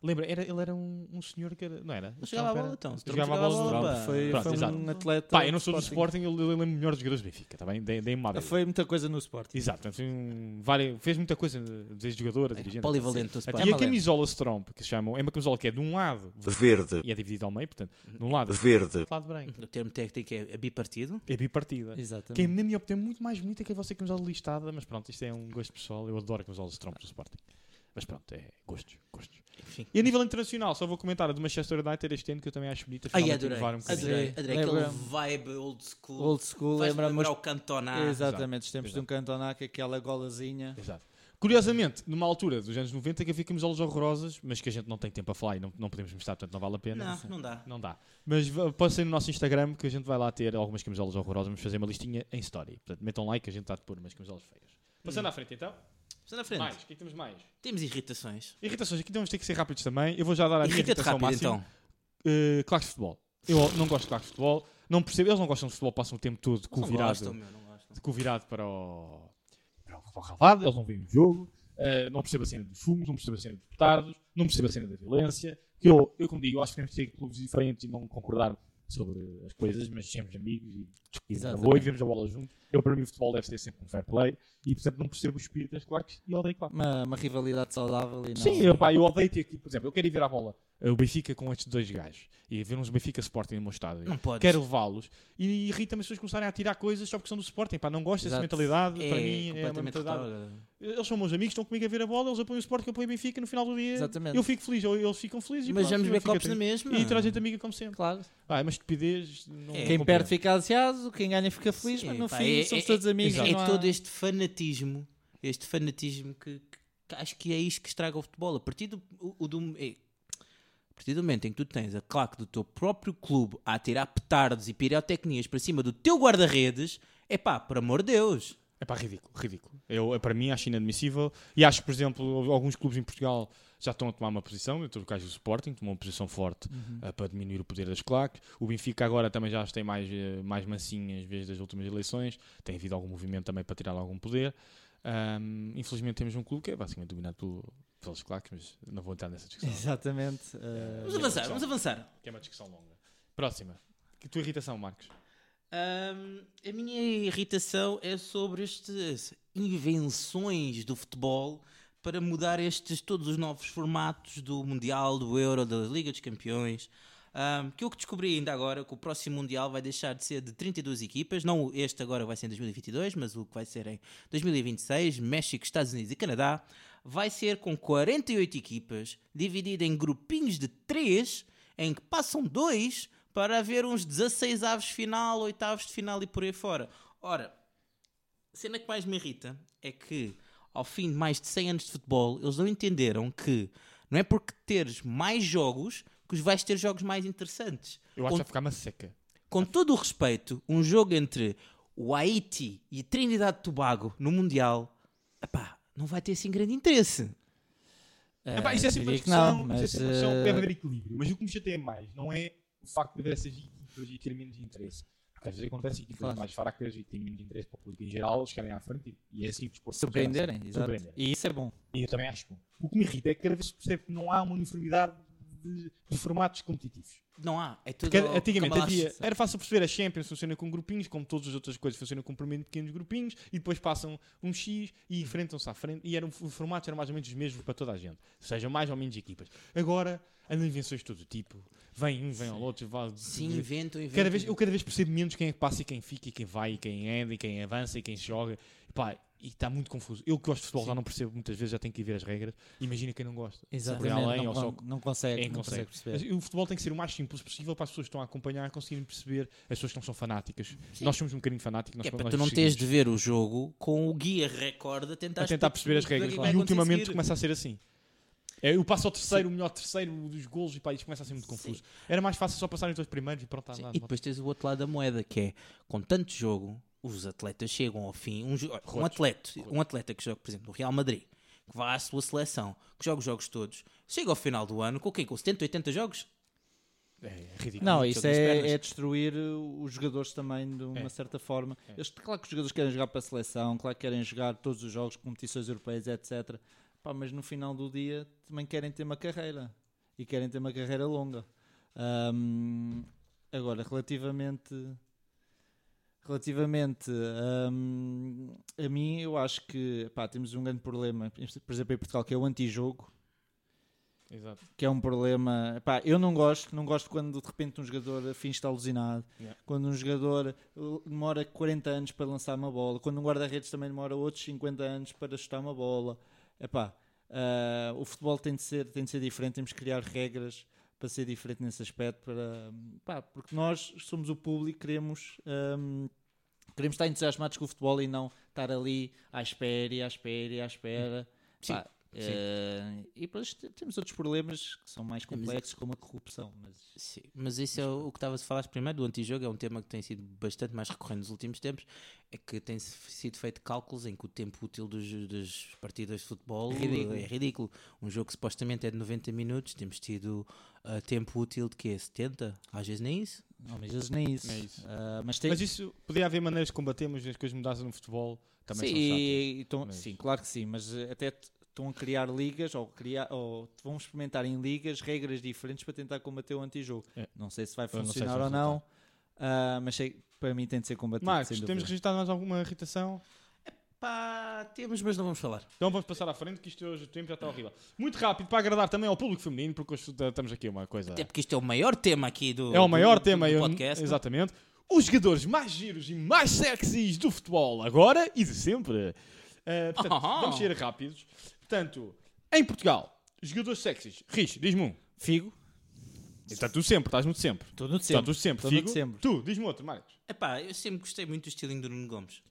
Speaker 3: Lembra, era, ele era um, um senhor que era... Não era?
Speaker 1: Ele
Speaker 3: O
Speaker 1: jogava a
Speaker 3: Stromp
Speaker 1: bola,
Speaker 3: era-
Speaker 1: então. Se
Speaker 3: Jogava a bola,
Speaker 1: pá.
Speaker 4: Foi,
Speaker 3: Pronto,
Speaker 4: foi
Speaker 3: exato.
Speaker 4: um atleta.
Speaker 3: Pá, eu não sou do Sporting, eu, eu lembro melhor dos jogadores do Benfica, está bem? Dei- Dei-me uma dele.
Speaker 4: Ah, Foi muita coisa no Sporting.
Speaker 3: Exato, portanto, foi um- várias- fez muita coisa desde jogadora, dirigente.
Speaker 1: Polivalente do
Speaker 3: Até- E a
Speaker 1: Sporting.
Speaker 3: camisola Stromp, que se chamam, é uma camisola que é de um lado
Speaker 6: verde,
Speaker 3: e é dividida ao meio, portanto, de um lado, do
Speaker 6: verde,
Speaker 1: [LAUGHS]
Speaker 3: lado branco.
Speaker 1: O termo técnico é bipartido.
Speaker 3: É bipartida.
Speaker 4: Exatamente.
Speaker 3: Que é, na minha opinião, muito mais bonita que a vossa camisola listada, mas pronto, isto é um gosto pessoal. Eu adoro a camisola Stromp do Sporting. Mas pronto, é gostos, gostos.
Speaker 1: Enfim.
Speaker 3: E a nível internacional, só vou comentar a do Manchester United este ano que eu também acho bonita.
Speaker 1: Ai,
Speaker 3: finalmente
Speaker 1: adorei.
Speaker 3: inovar um bocadinho.
Speaker 1: Adorei, adorei. Aquele
Speaker 4: Lembra-me.
Speaker 1: vibe old school.
Speaker 4: Old school,
Speaker 1: Faz-me
Speaker 4: lembra-me
Speaker 1: lembrar
Speaker 4: os-
Speaker 1: o Cantona.
Speaker 4: Exatamente, os tempos de um Cantona, que aquela golazinha.
Speaker 3: Exato. Curiosamente, numa altura dos anos 90 que havia camisolas horrorosas, mas que a gente não tem tempo a falar e não, não podemos mostrar, portanto não vale a pena.
Speaker 1: Não, não dá.
Speaker 3: Não dá. Mas v- passem no nosso Instagram que a gente vai lá ter algumas camisolas horrorosas. Vamos fazer uma listinha em story. Portanto, metam like que a gente está a pôr umas camisolas feias. Passando à frente então.
Speaker 1: Está na frente.
Speaker 3: Mais. O que é que temos mais?
Speaker 1: Temos irritações.
Speaker 3: Irritações. Aqui vamos ter que ser rápidos também. Eu vou já dar a minha
Speaker 1: Irrita-te
Speaker 3: irritação
Speaker 1: rápido,
Speaker 3: máxima.
Speaker 1: então.
Speaker 3: Uh, claques de futebol. Eu não gosto de claques de futebol. Não percebo. Eles não gostam de futebol. Passam o tempo todo com o
Speaker 1: Não
Speaker 3: virado.
Speaker 1: gostam, meu, não gostam.
Speaker 3: com o virado para o, para o futebol ralado, eles não veem o jogo, eh, não percebo a cena dos fumos, não percebo a cena dos petardos, não percebo a cena da violência. Que eu, eu, como digo, eu acho que temos que ter clubes diferentes e não concordar sobre as coisas, mas sermos amigos e discutirmos a boa e vemos a bola junto. Eu, para mim, o futebol deve ser sempre um fair play e, portanto, não percebo o espírito das claques e odeio claques.
Speaker 4: Uma, uma rivalidade saudável e não.
Speaker 3: Sim, eu, pá, eu odeio ter aqui, por exemplo, eu quero ir ver a bola. eh, O Benfica com estes dois gajos e ver uns Benfica Sporting no meu estádio.
Speaker 1: Não podes.
Speaker 3: Quero levá-los e irrita-me as pessoas começarem a tirar coisas só porque são do Sporting. Pá, não gosto dessa
Speaker 4: Exato.
Speaker 3: mentalidade.
Speaker 1: É
Speaker 3: para mim, é uma
Speaker 1: completamente
Speaker 3: mentalidade
Speaker 1: retrógrado.
Speaker 3: eles são meus amigos, estão comigo a ver a bola, eles apoiam o Sporting, eu apoio o Benfica, e no final do dia
Speaker 4: Exatamente.
Speaker 3: eu fico feliz, ou eles ficam felizes. e
Speaker 1: Mas
Speaker 3: pronto,
Speaker 1: vamos
Speaker 3: eu
Speaker 1: ver
Speaker 3: fico
Speaker 1: copos na
Speaker 3: triste.
Speaker 1: mesma.
Speaker 3: E toda a gente amiga como sempre.
Speaker 4: Claro.
Speaker 3: Ah, é uma estupidez. Não
Speaker 1: É.
Speaker 3: não
Speaker 4: Quem
Speaker 3: compreendo.
Speaker 4: perde fica aziado, quem ganha fica feliz,
Speaker 1: Sim,
Speaker 4: mas no
Speaker 1: pá,
Speaker 4: fim
Speaker 1: é-
Speaker 4: somos
Speaker 1: é-
Speaker 4: todos amigos.
Speaker 1: É
Speaker 4: e não há-
Speaker 1: todo este fanatismo, este fanatismo que, que acho que é isto que estraga o futebol. A partir do, o, o do- é, a partir do momento em que tu tens a claque do teu próprio clube a tirar petardos e pirotecnias para cima do teu guarda-redes, é pá, por amor de Deus.
Speaker 3: É pá, ridículo, ridículo. Eu, é, para mim acho inadmissível. E acho que, por exemplo, alguns clubes em Portugal já estão a tomar uma posição, dentro do caso do Sporting, tomou uma posição forte
Speaker 1: Uhum.
Speaker 3: eh, para diminuir o poder das claques. O Benfica agora também já as tem mais, eh, mais mansinhas desde as últimas eleições. Tem havido algum movimento também para tirar algum poder. Ahm, infelizmente temos um clube que é basicamente dominado pelo, pelas claques, mas não vou entrar nessa discussão.
Speaker 4: Exatamente. eh,
Speaker 1: Vamos avançar, vamos avançar.
Speaker 3: que é uma discussão longa. Próxima. Que tua irritação, Marcos?
Speaker 1: Ahm, a minha irritação é sobre estas invenções do futebol para mudar estes todos os novos formatos do Mundial, do Euro, da Liga dos Campeões. Ahm, que eu que descobri ainda agora que o próximo Mundial vai deixar de ser de 32 equipas, não este agora vai ser em 2022, mas o que vai ser em 2026, México, Estados Unidos e Canadá, vai ser com 48 equipas, dividida em grupinhos de 3, em que passam dois para haver uns 16 aves de final, oitavos de final e por aí fora. Ora, a cena que mais me irrita é que, ao fim de mais de 100 anos de futebol, eles não entenderam que não é porque teres mais jogos que os vais ter jogos mais interessantes.
Speaker 3: Eu acho
Speaker 1: Com-
Speaker 3: que vai ficar uma seca.
Speaker 1: com todo o respeito, um jogo entre o Haiti e Trinidade e Tobago no Mundial, epá, não vai ter assim grande interesse.
Speaker 4: eh,
Speaker 5: Epá, isso é sempre
Speaker 4: diria
Speaker 5: uma
Speaker 4: que não,
Speaker 5: discussão, isso é sempre
Speaker 4: mas,
Speaker 5: uma discussão
Speaker 4: eh,
Speaker 5: deve haver equilíbrio. Mas o que me chateia mais não é o facto de haver essas equipas e ter menos interesse. Porque às vezes acontece equipas
Speaker 4: Claro.
Speaker 3: é?
Speaker 5: mais fracas e têm menos interesse para o público em geral, eles querem à frente e- e é assim que os esportes
Speaker 4: surpreenderem, exato.
Speaker 5: Surpreenderem.
Speaker 4: E isso é bom.
Speaker 5: E eu também acho bom. O que me irrita é que cada vez se percebe que não há uma uniformidade de, de formatos competitivos.
Speaker 1: Não há. É tudo
Speaker 3: Porque antigamente
Speaker 1: cambalache.
Speaker 3: havia, era fácil perceber, a Champions funciona com grupinhos, como todas as outras coisas funcionam com primeiro pequenos grupinhos, e depois passam um X e enfrentam-se à frente, e eram, os formatos eram mais ou menos os mesmos para toda a gente, ou seja, mais ou menos equipas. Agora, andam invenções de todo o tipo, vem um, vem ao outro, vai...
Speaker 1: Sim, inventam, inventam.
Speaker 3: Cada vez, eu cada vez percebo menos quem é que passa e quem fica, e quem vai, e quem anda, e quem avança, e quem joga. E pá, e está muito confuso. Eu que gosto de futebol já não percebo muitas vezes, já tenho que ir ver as regras. Imagina quem não gosta.
Speaker 4: Exatamente.
Speaker 3: Por além,
Speaker 4: não,
Speaker 3: ou só-
Speaker 4: con- não consegue,
Speaker 3: quem
Speaker 4: não consegue
Speaker 3: consegue.
Speaker 1: É.
Speaker 4: perceber.
Speaker 3: Mas o futebol tem que ser o mais simples possível para as pessoas que estão a acompanhar conseguirem perceber as pessoas que não são fanáticas. Nós somos um bocadinho fanáticos. Nós,
Speaker 1: Que é para
Speaker 3: nós
Speaker 1: tu não
Speaker 3: seguimos
Speaker 1: teres de ver o jogo com o guia recorde a tentar,
Speaker 3: a tentar perceber as
Speaker 1: o
Speaker 3: regras.
Speaker 1: que é que vai
Speaker 3: E ultimamente
Speaker 1: acontecer a seguir.
Speaker 3: começa a ser assim. É, eu passo ao terceiro, o melhor terceiro dos golos e pá, isto começa a ser muito confuso. Era mais fácil só passar os dois primeiros e pronto, tá está
Speaker 1: Sim,
Speaker 3: andado.
Speaker 1: E depois tens o outro lado da moeda, que é com tanto jogo, os atletas chegam ao fim. Um, jo- um atleta, um atleta que joga, por exemplo, no Real Madrid, que vá à sua seleção, que joga os jogos todos, chega ao final do ano com o quê? Com 70, 80 jogos?
Speaker 3: É ridículo.
Speaker 4: Não,
Speaker 1: Jogo
Speaker 4: isso
Speaker 1: das pernas.
Speaker 4: é, é destruir uh, os jogadores também de uma certa forma. Eles, claro que os jogadores querem jogar para a seleção, claro que querem jogar todos os jogos, competições europeias, etc. Pá, mas no final do dia também querem ter uma carreira e querem ter uma carreira longa. Ahm, agora, relativamente. Relativamente ahm, a mim, eu acho que pá, temos um grande problema, por exemplo, em Portugal, que é o antijogo
Speaker 3: Exato.
Speaker 4: que é um problema. Pá, eu não gosto, não gosto quando de repente um jogador finge estar alucinado,
Speaker 3: Yeah.
Speaker 4: quando um jogador uh, demora 40 anos para lançar uma bola, quando um guarda-redes também demora outros 50 anos para chutar uma bola. Epá, ah, o futebol tem de, ser, tem de ser diferente, temos que criar regras para ser diferente nesse aspecto, para, pá, porque nós somos o público, queremos. hum, Queremos estar entusiasmados com o futebol e não estar ali à espera, e à espera, e à espera.
Speaker 1: Sim,
Speaker 4: Pá, eh, e depois te- temos outros problemas que são mais complexos, como a corrupção. Mas
Speaker 1: Sim, mas isso é o o que estavas a falar primeiro do antijogo, é um tema que tem sido bastante mais recorrente nos últimos tempos, é que tem se- sido feito cálculos em que o tempo útil dos, das partidas de futebol é
Speaker 4: Ridículo.
Speaker 1: ridículo. Um jogo que supostamente é de 90 minutos, temos tido ah, tempo útil de quê? 70? Às vezes nem isso.
Speaker 4: não, mas às vezes nem isso.
Speaker 3: É isso.
Speaker 4: Ah, mas tem,
Speaker 3: Mas isso, podia haver maneiras de combatermos as coisas mudassem no futebol. Também
Speaker 4: sim,
Speaker 3: são chatas.
Speaker 4: e- e tão-
Speaker 3: mas-
Speaker 4: sim, claro que sim, mas eh, até t- estão a criar ligas ou, criar, ou t- vão experimentar em ligas regras diferentes para tentar combater o antijogo.
Speaker 3: É.
Speaker 4: Não sei se vai
Speaker 3: sei se
Speaker 4: funcionar
Speaker 3: vai
Speaker 4: ou não, ah, mas sei, para mim tem de ser combatido.
Speaker 3: Marcos,
Speaker 4: sem
Speaker 3: temos
Speaker 4: dúvida.
Speaker 3: registrado mais alguma irritação?
Speaker 1: Pá, temos, mas não vamos falar.
Speaker 3: Então vamos passar à frente, que isto hoje o tempo já está horrível. Muito rápido, para agradar também ao público feminino, porque hoje estamos aqui uma coisa.
Speaker 1: Até porque isto é o maior tema aqui do,
Speaker 3: É o
Speaker 1: do-
Speaker 3: maior
Speaker 1: do-
Speaker 3: tema
Speaker 1: do
Speaker 3: eu-
Speaker 1: podcast. não é?
Speaker 3: Exatamente. Os jogadores mais giros e mais sexys do futebol, agora e de sempre. Ah, portanto,
Speaker 1: Oh.
Speaker 3: Vamos ser rápidos. Portanto, em Portugal, jogadores sexys. Rich, diz-me um.
Speaker 4: Figo,
Speaker 3: Está tu sempre, estás muito sempre.
Speaker 4: estou no
Speaker 3: Está
Speaker 4: sempre.
Speaker 3: tu sempre.
Speaker 4: Estou no
Speaker 3: Figo.
Speaker 4: sempre.
Speaker 3: Tu, diz-me outro, Marcos.
Speaker 1: Epá, eu sempre gostei muito do estilinho do Nuno Gomes.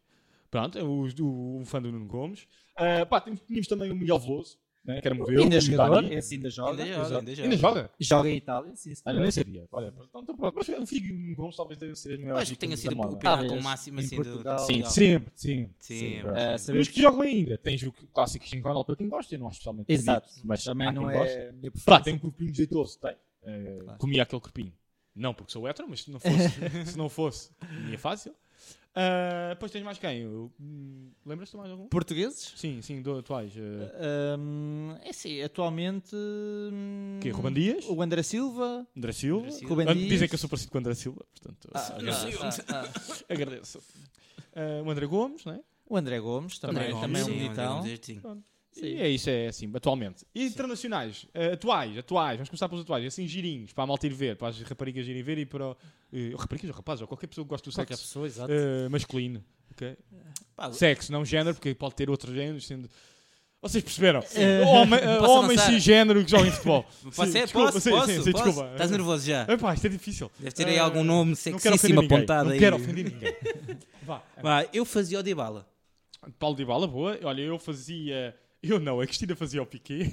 Speaker 3: Pronto, é o, o- o fã do Nuno Gomes. Ah, pá, tínhamos- tínhamos também o Miguel Veloso, né, que era modelo.
Speaker 2: Ainda é
Speaker 3: Dani.
Speaker 2: jogador, é assim, ainda joga.
Speaker 1: Ainda joga, ainda joga.
Speaker 5: Ainda joga?
Speaker 2: Joga em Itália, sim.
Speaker 3: Ah,
Speaker 5: Olha, nem sabia. Olha, então, então pronto. Mas o Figo e o Gomes talvez tenham sido as
Speaker 1: Eu
Speaker 5: melhores.
Speaker 1: acho que tenha
Speaker 5: dicas
Speaker 1: sido
Speaker 5: da moda.
Speaker 1: o pilar com
Speaker 2: Talvez.
Speaker 1: máximo
Speaker 2: Em
Speaker 1: assim do-
Speaker 2: Portugal.
Speaker 1: do
Speaker 2: Sim,
Speaker 1: Portugal.
Speaker 5: Sempre, sim.
Speaker 1: Sim,
Speaker 5: é.
Speaker 2: Ah,
Speaker 5: Sabemos
Speaker 2: sabemos
Speaker 5: que jogam ainda. Tens o clássico 5 anual para quem gosta, eu não acho especialmente.
Speaker 2: Exato.
Speaker 5: bonito, Mas
Speaker 2: Também
Speaker 5: há
Speaker 2: não
Speaker 5: quem goste.
Speaker 2: é.
Speaker 3: Pá,
Speaker 2: minha preferência.
Speaker 3: tem um corpinho jeitoso, tem. Eh, Comia aquele corpinho. Não porque sou hétero, mas se não fosse, se não fosse comia fácil. Ah, depois tens mais quem? Eu, hum, Lembras-te de mais algum?
Speaker 4: Portugueses?
Speaker 3: Sim, sim, do, atuais. eh,
Speaker 4: Ahm, é sim, atualmente. hum,
Speaker 3: que é, Ruben Dias,
Speaker 4: O André Silva,
Speaker 3: André Silva.
Speaker 1: Silva.
Speaker 4: Ruben
Speaker 3: Ah,
Speaker 4: Dias.
Speaker 3: Dizem que eu sou parecido com o André Silva, portanto assim,
Speaker 4: Ah,
Speaker 1: não sei
Speaker 4: ah,
Speaker 1: onde.
Speaker 4: ah, ah.
Speaker 3: agradeço. Ah, o André Gomes, não é?
Speaker 4: O André Gomes também,
Speaker 1: Também, também
Speaker 4: também, é um
Speaker 1: sim, então.
Speaker 4: militão.
Speaker 1: vamos dizer que sim.
Speaker 3: E é isso, é assim, atualmente. E internacionais, eh, atuais, atuais, vamos começar pelos atuais, assim, girinhos, para a malta ir ver, para as raparigas irem ver e para. o- eh, raparigas ou rapazes, ou qualquer pessoa que gosta do
Speaker 4: Qualquer
Speaker 3: sexo
Speaker 4: pessoa, exato.
Speaker 3: eh, masculino. ok?
Speaker 1: Pá,
Speaker 3: Sexo, não género, porque pode ter outro género, sendo. Vocês perceberam?
Speaker 4: Eh,
Speaker 3: Homem, eh,
Speaker 1: [LAUGHS] posso
Speaker 3: homem
Speaker 1: avançar?
Speaker 3: cisgênero que joga em futebol.
Speaker 1: Posso,
Speaker 3: Sim,
Speaker 1: ser?
Speaker 3: desculpa,
Speaker 1: posso,
Speaker 3: sim,
Speaker 1: posso,
Speaker 3: sim, sim,
Speaker 1: posso?
Speaker 3: desculpa.
Speaker 1: Estás nervoso já?
Speaker 3: Epá, isto é difícil.
Speaker 1: Deve ter aí
Speaker 3: Eh,
Speaker 1: algum nome
Speaker 3: não quero ofender
Speaker 1: sexíssimo
Speaker 3: ninguém,
Speaker 1: apontado
Speaker 3: Não
Speaker 1: aí.
Speaker 3: quero ofender ninguém. [LAUGHS] Vá.
Speaker 1: Vá, eu fazia o Dybala.
Speaker 3: Paulo de Bala, boa. Olha, eu fazia. Eu não, a Cristina fazia o Piquet.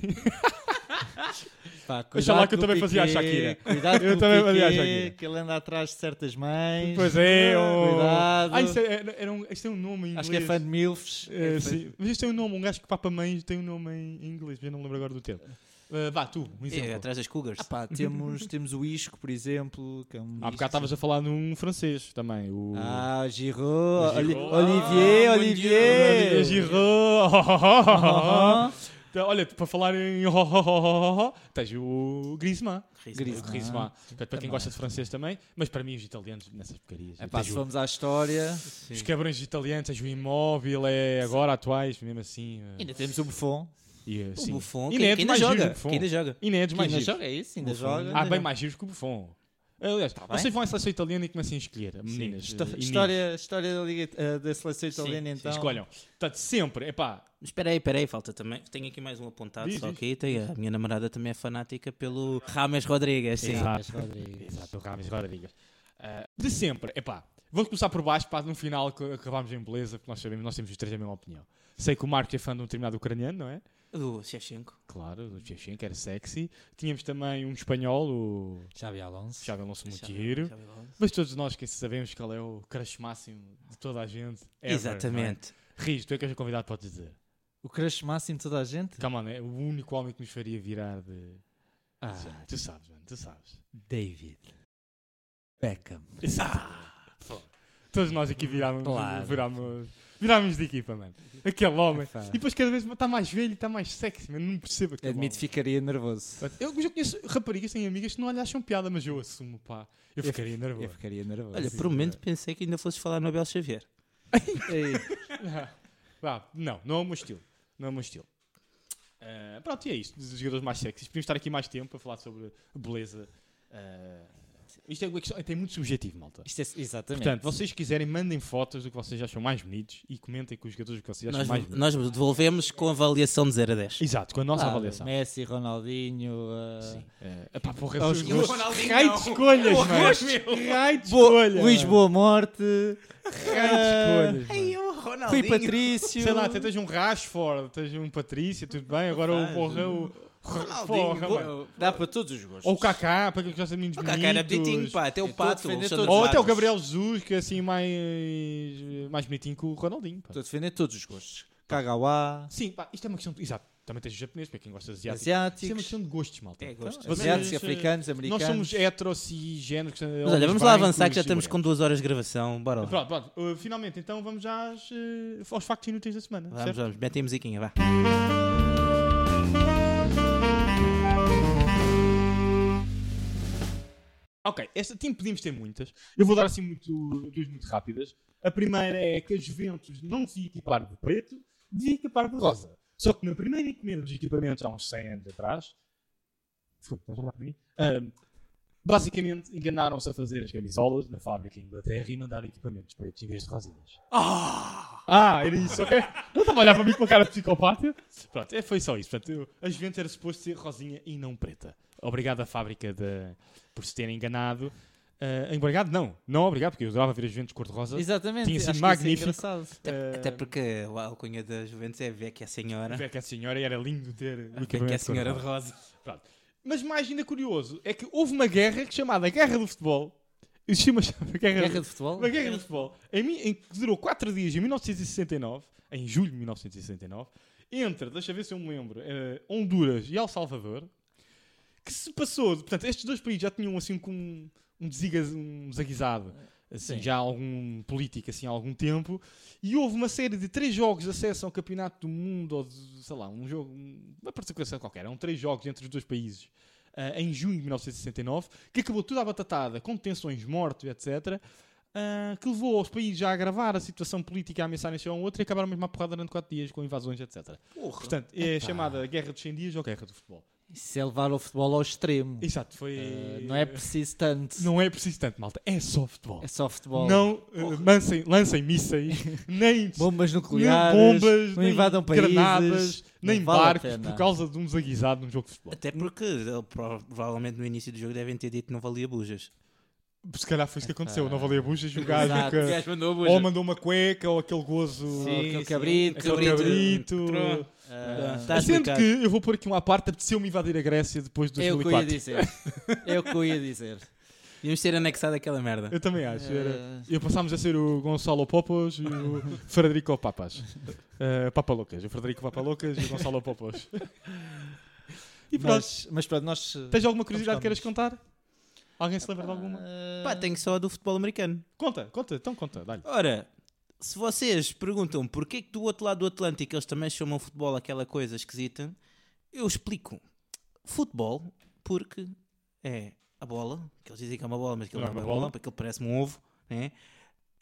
Speaker 4: Pá,
Speaker 3: Deixa lá
Speaker 4: cuidado
Speaker 3: que eu
Speaker 4: com o
Speaker 3: também fazia a
Speaker 4: Piqué,
Speaker 3: Shakira.
Speaker 4: Cuidado
Speaker 3: Eu
Speaker 4: com o
Speaker 3: também fazia a
Speaker 4: Piqué,
Speaker 3: Shakira.
Speaker 4: Que ele anda atrás de certas mães.
Speaker 3: Pois é, oh.
Speaker 4: Cuidado.
Speaker 3: Ah, isto, é, era- era um, isto tem um nome em inglês.
Speaker 4: Acho que é fã de Milfs.
Speaker 3: Eh, sim. Mas isto tem um nome, um gajo que papa mães tem um nome em inglês, mas eu não me lembro agora do termo. Eh, vá, tu, um exemplo.
Speaker 1: É, atrás das Cougars.
Speaker 4: Ah, pá, temos, temos o Isco, por exemplo. Que é um
Speaker 3: Há bocado estavas a falar num francês também. O...
Speaker 4: Ah, Giroud.
Speaker 3: Giroud.
Speaker 4: Oli- Olivier,
Speaker 1: Ah,
Speaker 3: Eh,
Speaker 4: Olivier.
Speaker 3: Giroud. [LAUGHS]
Speaker 4: Aham.
Speaker 3: Então, Olha, para falar em ho, ho, ho, ho, ho, tens o Griezmann.
Speaker 4: Griezmann.
Speaker 3: O Griezmann. Portanto, para quem gosta de francês também, mas para mim os italianos nessas porcarias.
Speaker 4: É pá,
Speaker 3: Tens
Speaker 4: se
Speaker 3: o-
Speaker 4: vamos à história,
Speaker 3: Os cabrões italianos, tens o imóvel, é agora atuais, mesmo assim. eh,
Speaker 4: ainda temos o Buffon. é
Speaker 3: e, eh,
Speaker 1: O
Speaker 3: sim.
Speaker 1: Buffon,
Speaker 3: E
Speaker 1: quem,
Speaker 3: Neto
Speaker 1: quem ainda
Speaker 3: mais giro
Speaker 1: joga?
Speaker 3: que Buffon.
Speaker 1: Quem ainda joga?
Speaker 3: E Nedes
Speaker 4: Que
Speaker 3: mais Ah,
Speaker 4: ainda
Speaker 3: giros.
Speaker 4: joga, é isso? Ainda
Speaker 1: Buffon.
Speaker 4: joga.
Speaker 3: Há
Speaker 4: ainda
Speaker 3: bem
Speaker 4: joga.
Speaker 3: mais giros que o Buffon. Aliás,
Speaker 1: bem.
Speaker 3: vocês vão à seleção italiana e comecem a escolher. Meninas.
Speaker 4: Histó-
Speaker 3: eh, e meninos.
Speaker 4: História, é história da, Liga, eh, da seleção
Speaker 1: Sim,
Speaker 4: italiana, então.
Speaker 3: Escolham. Portanto, sempre, epá,
Speaker 1: Mas Espera aí, espera aí, falta também. Tenho aqui mais um apontado
Speaker 3: Diz,
Speaker 1: só
Speaker 3: diz.
Speaker 1: que tem a minha namorada também é fanática pelo Rames Rodrigues, sim.
Speaker 3: [LAUGHS] Exato. Exato, o Rames Rodrigues. Ah, de sempre, epá, vamos começar por baixo para no final que acabámos em beleza, porque nós sabemos, nós temos os três a mesma opinião. Sei que o Marcos é fã de um determinado ucraniano, não é?
Speaker 1: Do Shevchenko.
Speaker 3: Claro, o Shevchenko era sexy. Tínhamos também um espanhol, o
Speaker 4: Xabi Alonso.
Speaker 3: Xabi Alonso muito
Speaker 1: Xabi-
Speaker 3: giro.
Speaker 1: Xabi Alonso.
Speaker 3: Mas todos nós que sabemos qual é o crush máximo de toda a gente. ever,
Speaker 1: Exatamente.
Speaker 3: não é? Riz, tu é que és o convidado, podes dizer.
Speaker 4: O crush máximo de toda a gente?
Speaker 3: Calma, é o único homem que nos faria virar de.
Speaker 4: Ah,
Speaker 3: Mano, tu sabes, mano, tu sabes.
Speaker 4: David. Beckham.
Speaker 3: Ah, foda. Todos nós aqui virávamos,
Speaker 4: Claro.
Speaker 3: virávamos, virávamos de equipa, mano. Aquele homem.
Speaker 4: Epá.
Speaker 3: E depois cada vez está mais velho e está mais sexy, mano. Não percebo aquele
Speaker 4: Admito que ficaria nervoso.
Speaker 3: homem. Eu, mas eu conheço raparigas, tenho amigas que não lhe acham piada, mas eu assumo, pá. Eu ficaria nervoso.
Speaker 4: Eu ficaria nervoso.
Speaker 1: Olha, por um
Speaker 4: [LAUGHS]
Speaker 1: momento pensei que ainda fosses falar no Abel Xavier.
Speaker 4: Ei,
Speaker 3: Vá, não, não é o meu estilo. Não é o meu estilo. Ah, pronto, e é isto. Dos jogadores mais sexys. Podíamos estar aqui mais tempo a falar sobre beleza. Ah, isto é, uma questão- é muito subjetivo, malta.
Speaker 4: Isto é, exatamente.
Speaker 3: Portanto, vocês quiserem, mandem fotos do que vocês acham mais bonitos e comentem com os jogadores que vocês acham
Speaker 1: Nós,
Speaker 3: mais bonitos.
Speaker 1: nós devolvemos com avaliação de 0 a 10.
Speaker 3: Exato, com a nossa
Speaker 4: Claro,
Speaker 3: avaliação.
Speaker 4: Ah, Messi, Ronaldinho. uh,
Speaker 3: Sim. Ah, pá, porra,
Speaker 4: Aos
Speaker 3: os
Speaker 1: um
Speaker 4: gostos.
Speaker 3: gostos. Raio de escolhas, mano. Raio de escolhas.
Speaker 4: Luís
Speaker 3: mano.
Speaker 4: Boa Ah, Morte.
Speaker 3: Raio de escolhas. mano.
Speaker 4: Rui Patrício.
Speaker 3: Sei lá, até tens um Rashford, tens um Patrícia, tudo bem. Agora o
Speaker 1: né?
Speaker 3: porra, o. Porra, mano.
Speaker 4: Dá para todos os gostos.
Speaker 3: é? Ou o Kaká, para que gostam de meninos
Speaker 1: O Kaká era bonitinho,
Speaker 3: bonitos.
Speaker 1: pá, até o
Speaker 4: Eu tô a
Speaker 1: Pato.
Speaker 4: defender
Speaker 1: Alexandre
Speaker 4: todos.
Speaker 3: Ou até o
Speaker 4: Vários.
Speaker 3: Gabriel Jesus, que é assim mais, mais bonitinho que o Ronaldinho. pá.
Speaker 4: Estou a defender todos os gostos. Kagawa.
Speaker 3: Sim, pá, isto é uma questão. de- Exato, também tens os japoneses, para quem gosta de asiáticos. Isto é uma
Speaker 4: Asiáticos.
Speaker 3: questão de gostos, malta.
Speaker 1: É, gostos.
Speaker 3: Vocês-
Speaker 4: Asiáticos, africanos, americanos.
Speaker 3: eh, Nós somos heterocigéneros.
Speaker 4: é um
Speaker 1: Mas olha, vamos lá avançar que já estamos com duas horas de gravação. Bora lá.
Speaker 3: Pronto, pronto. Uh, finalmente, então vamos às, uh, aos factos inúteis da semana.
Speaker 1: Vamos,
Speaker 3: certo?
Speaker 1: vamos, metem a musiquinha, vá.
Speaker 3: Ok, esta time podíamos ter muitas. Eu vou dar assim muito, duas muito rápidas. A primeira é que a Juventus não devia equipar de preto, devia equipar de rosa. Só que na primeira encomenda dos equipamentos, há uns 100 anos atrás, desculpa, estás a falar para mim? Ahm, basicamente enganaram-se a fazer as camisolas na fábrica em Inglaterra e mandaram equipamentos pretos em vez de rosinhas. Ah! Ah, era isso, ok? Não estava a olhar para mim com a cara de psicopata. Pronto, é, foi só isso. Portanto, eu- a Juventus era suposto ser rosinha e não preta. Obrigado à fábrica de- por se ter enganado. Ah, obrigado, não. Não obrigado, porque eu adorava ver a Juventus cor-de-rosa.
Speaker 4: Exatamente.
Speaker 3: Tinha sido
Speaker 4: acho que isso é
Speaker 3: magnífico.
Speaker 4: engraçado.
Speaker 3: Ah,
Speaker 1: Até porque a alcunha da Juventus é Vecchia Senhora. É
Speaker 3: Vê que a senhora era lindo ter o
Speaker 1: Vecchia
Speaker 3: equipamento
Speaker 1: Senhora de
Speaker 3: cor-de-rosa.
Speaker 1: Rosa.
Speaker 3: Pronto. Mas mais ainda curioso é que houve uma guerra que chamada Guerra do Futebol. Existia uma chamada [LAUGHS] Guerra,
Speaker 4: Guerra de futebol?
Speaker 3: uma guerra do é futebol em, mi- em que durou 4 dias em 1969, em julho de 1969, entre, deixa eu ver se eu me lembro, eh, Honduras e El Salvador, que se passou. Portanto, estes dois países já tinham assim com um, um, desiga, um desaguisado, assim,
Speaker 4: Sim.
Speaker 3: já há algum político assim, há algum tempo, e houve uma série de três jogos de acesso ao Campeonato do Mundo, ou de, sei lá, um jogo, um- uma participação qualquer, eram três jogos entre os dois países. ah, em junho de 1969, que acabou tudo à batatada, com detenções, mortos, etc. ah, que levou os países já a agravar a situação política, a ameaçarem-se um ao outro e acabaram mesmo a porrada durante 4 dias com invasões, etc. Portanto, é chamada Guerra dos 100 Dias ou Guerra do Futebol.
Speaker 4: Isso é levar o futebol ao extremo.
Speaker 3: Exato, foi.
Speaker 4: Uh, não é preciso tanto.
Speaker 3: Eh, Não é preciso tanto, malta. É só futebol.
Speaker 4: É só futebol.
Speaker 3: Não uh, lancem, lancem mísseis,
Speaker 4: [LAUGHS]
Speaker 3: nem,
Speaker 4: Bombas
Speaker 3: nem
Speaker 4: nucleares.
Speaker 3: bombas,
Speaker 4: não
Speaker 3: nem
Speaker 4: invadam países.
Speaker 3: granadas,
Speaker 4: não
Speaker 3: nem
Speaker 4: vale a
Speaker 3: barcos,
Speaker 4: pena.
Speaker 3: por causa de um desaguisado num jogo de futebol.
Speaker 1: Até porque ele prova- provavelmente no início do jogo devem ter dito que não valia bujas.
Speaker 3: Se calhar foi isso que aconteceu. Não valia bujas, o gajo
Speaker 4: Exato. O
Speaker 3: que-
Speaker 1: mandou
Speaker 3: ou mandou uma cueca, ou aquele gozo,
Speaker 4: Sim, aquele cabrito.
Speaker 3: aquele
Speaker 1: cabrito. tá
Speaker 3: cabrito.
Speaker 1: Tron.
Speaker 4: Ah,
Speaker 1: Está
Speaker 3: Mas sendo
Speaker 1: explicado.
Speaker 3: que eu vou pôr aqui uma parte, apeteceu-me invadir a Grécia depois de
Speaker 4: é o que eu ia
Speaker 3: 2004.
Speaker 4: dizer. É o que eu ia dizer.
Speaker 1: Devíamos ter anexado aquela merda.
Speaker 3: Eu também [LAUGHS] acho. Era...
Speaker 4: Eh.
Speaker 3: Eu passámos a ser o Gonçalo Popos e o Frederico Papas. Eh, Papa Loucas. O Frederico Papa Loucas e o Gonçalo Popos. E pronto.
Speaker 4: Mas, mas pronto, nós. eh,
Speaker 3: Tens alguma curiosidade que queiras contar? Alguém se lembra de alguma?
Speaker 4: ah,
Speaker 1: Pá, tenho só a do futebol americano.
Speaker 3: Conta, conta, então conta, dá-lhe.
Speaker 1: Ora, se vocês perguntam porquê que do outro lado do Atlântico eles também chamam futebol aquela coisa esquisita, eu explico. Futebol, porque é a bola, que eles dizem que é uma bola, mas aquilo não é uma bola, porque ele parece um ovo, né?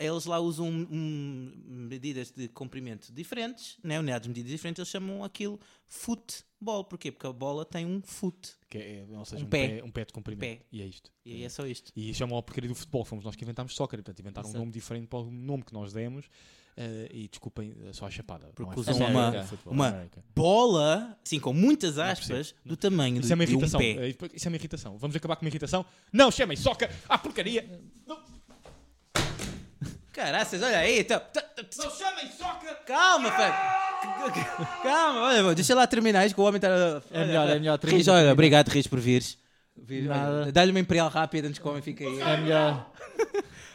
Speaker 1: Eles lá usam hum, medidas de comprimento diferentes, né? unidades de medidas diferentes, eles chamam aquilo futebol. Porquê? Porque a bola tem um foot.
Speaker 3: Que é, ou seja,
Speaker 1: Um
Speaker 3: um,
Speaker 1: pé.
Speaker 3: pé. um pé de comprimento.
Speaker 1: Pé.
Speaker 3: E é isto.
Speaker 1: E aí é só isto.
Speaker 3: E chamam ao porcaria do futebol, fomos nós que inventámos soccer, portanto inventaram
Speaker 1: Exato.
Speaker 3: um nome diferente para o nome que nós demos. eh, e desculpem eh, só a chapada. não
Speaker 1: Porque
Speaker 3: é
Speaker 1: usam
Speaker 3: futebol,
Speaker 1: uma-
Speaker 3: é futebol,
Speaker 1: uma-
Speaker 3: América.
Speaker 1: Bola, assim, com muitas
Speaker 3: possível.
Speaker 1: aspas, do tamanho
Speaker 3: Isso
Speaker 1: de,
Speaker 3: é uma
Speaker 1: de um
Speaker 3: irritação.
Speaker 1: pé.
Speaker 3: Eh, Isso é uma irritação. Vamos acabar com uma irritação. Não chamem soca à Ah, porcaria. Não,
Speaker 1: Caraças, olha aí. Tá, tá, tá-
Speaker 3: chamem soca. Ah!
Speaker 1: calma, Fred. Calma, olha, deixa lá terminar isto que o homem está.
Speaker 4: É melhor, é melhor.
Speaker 1: Riz, olha, obrigado, Riz, por vires. Vir-
Speaker 4: Nada.
Speaker 1: olha, Dá-lhe uma imperial rápida antes que o homem fique aí.
Speaker 4: É melhor.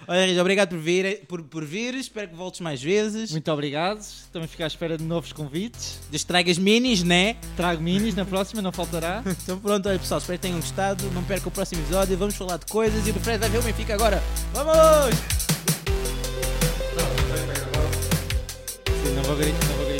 Speaker 1: Olha, Rita, obrigado por vir, por, por vir. Espero que voltes mais vezes.
Speaker 4: Muito obrigado. Estamos a ficar à espera de novos convites.
Speaker 1: Das tragas minis, né?
Speaker 4: Trago minis na próxima, não faltará.
Speaker 1: Então pronto, olha pessoal, espero que tenham gostado. Não percam o próximo episódio. Vamos falar de coisas e o Fred vai ver o Benfica agora. Vamos!
Speaker 4: Sim, não vou gritar, não vou gritar.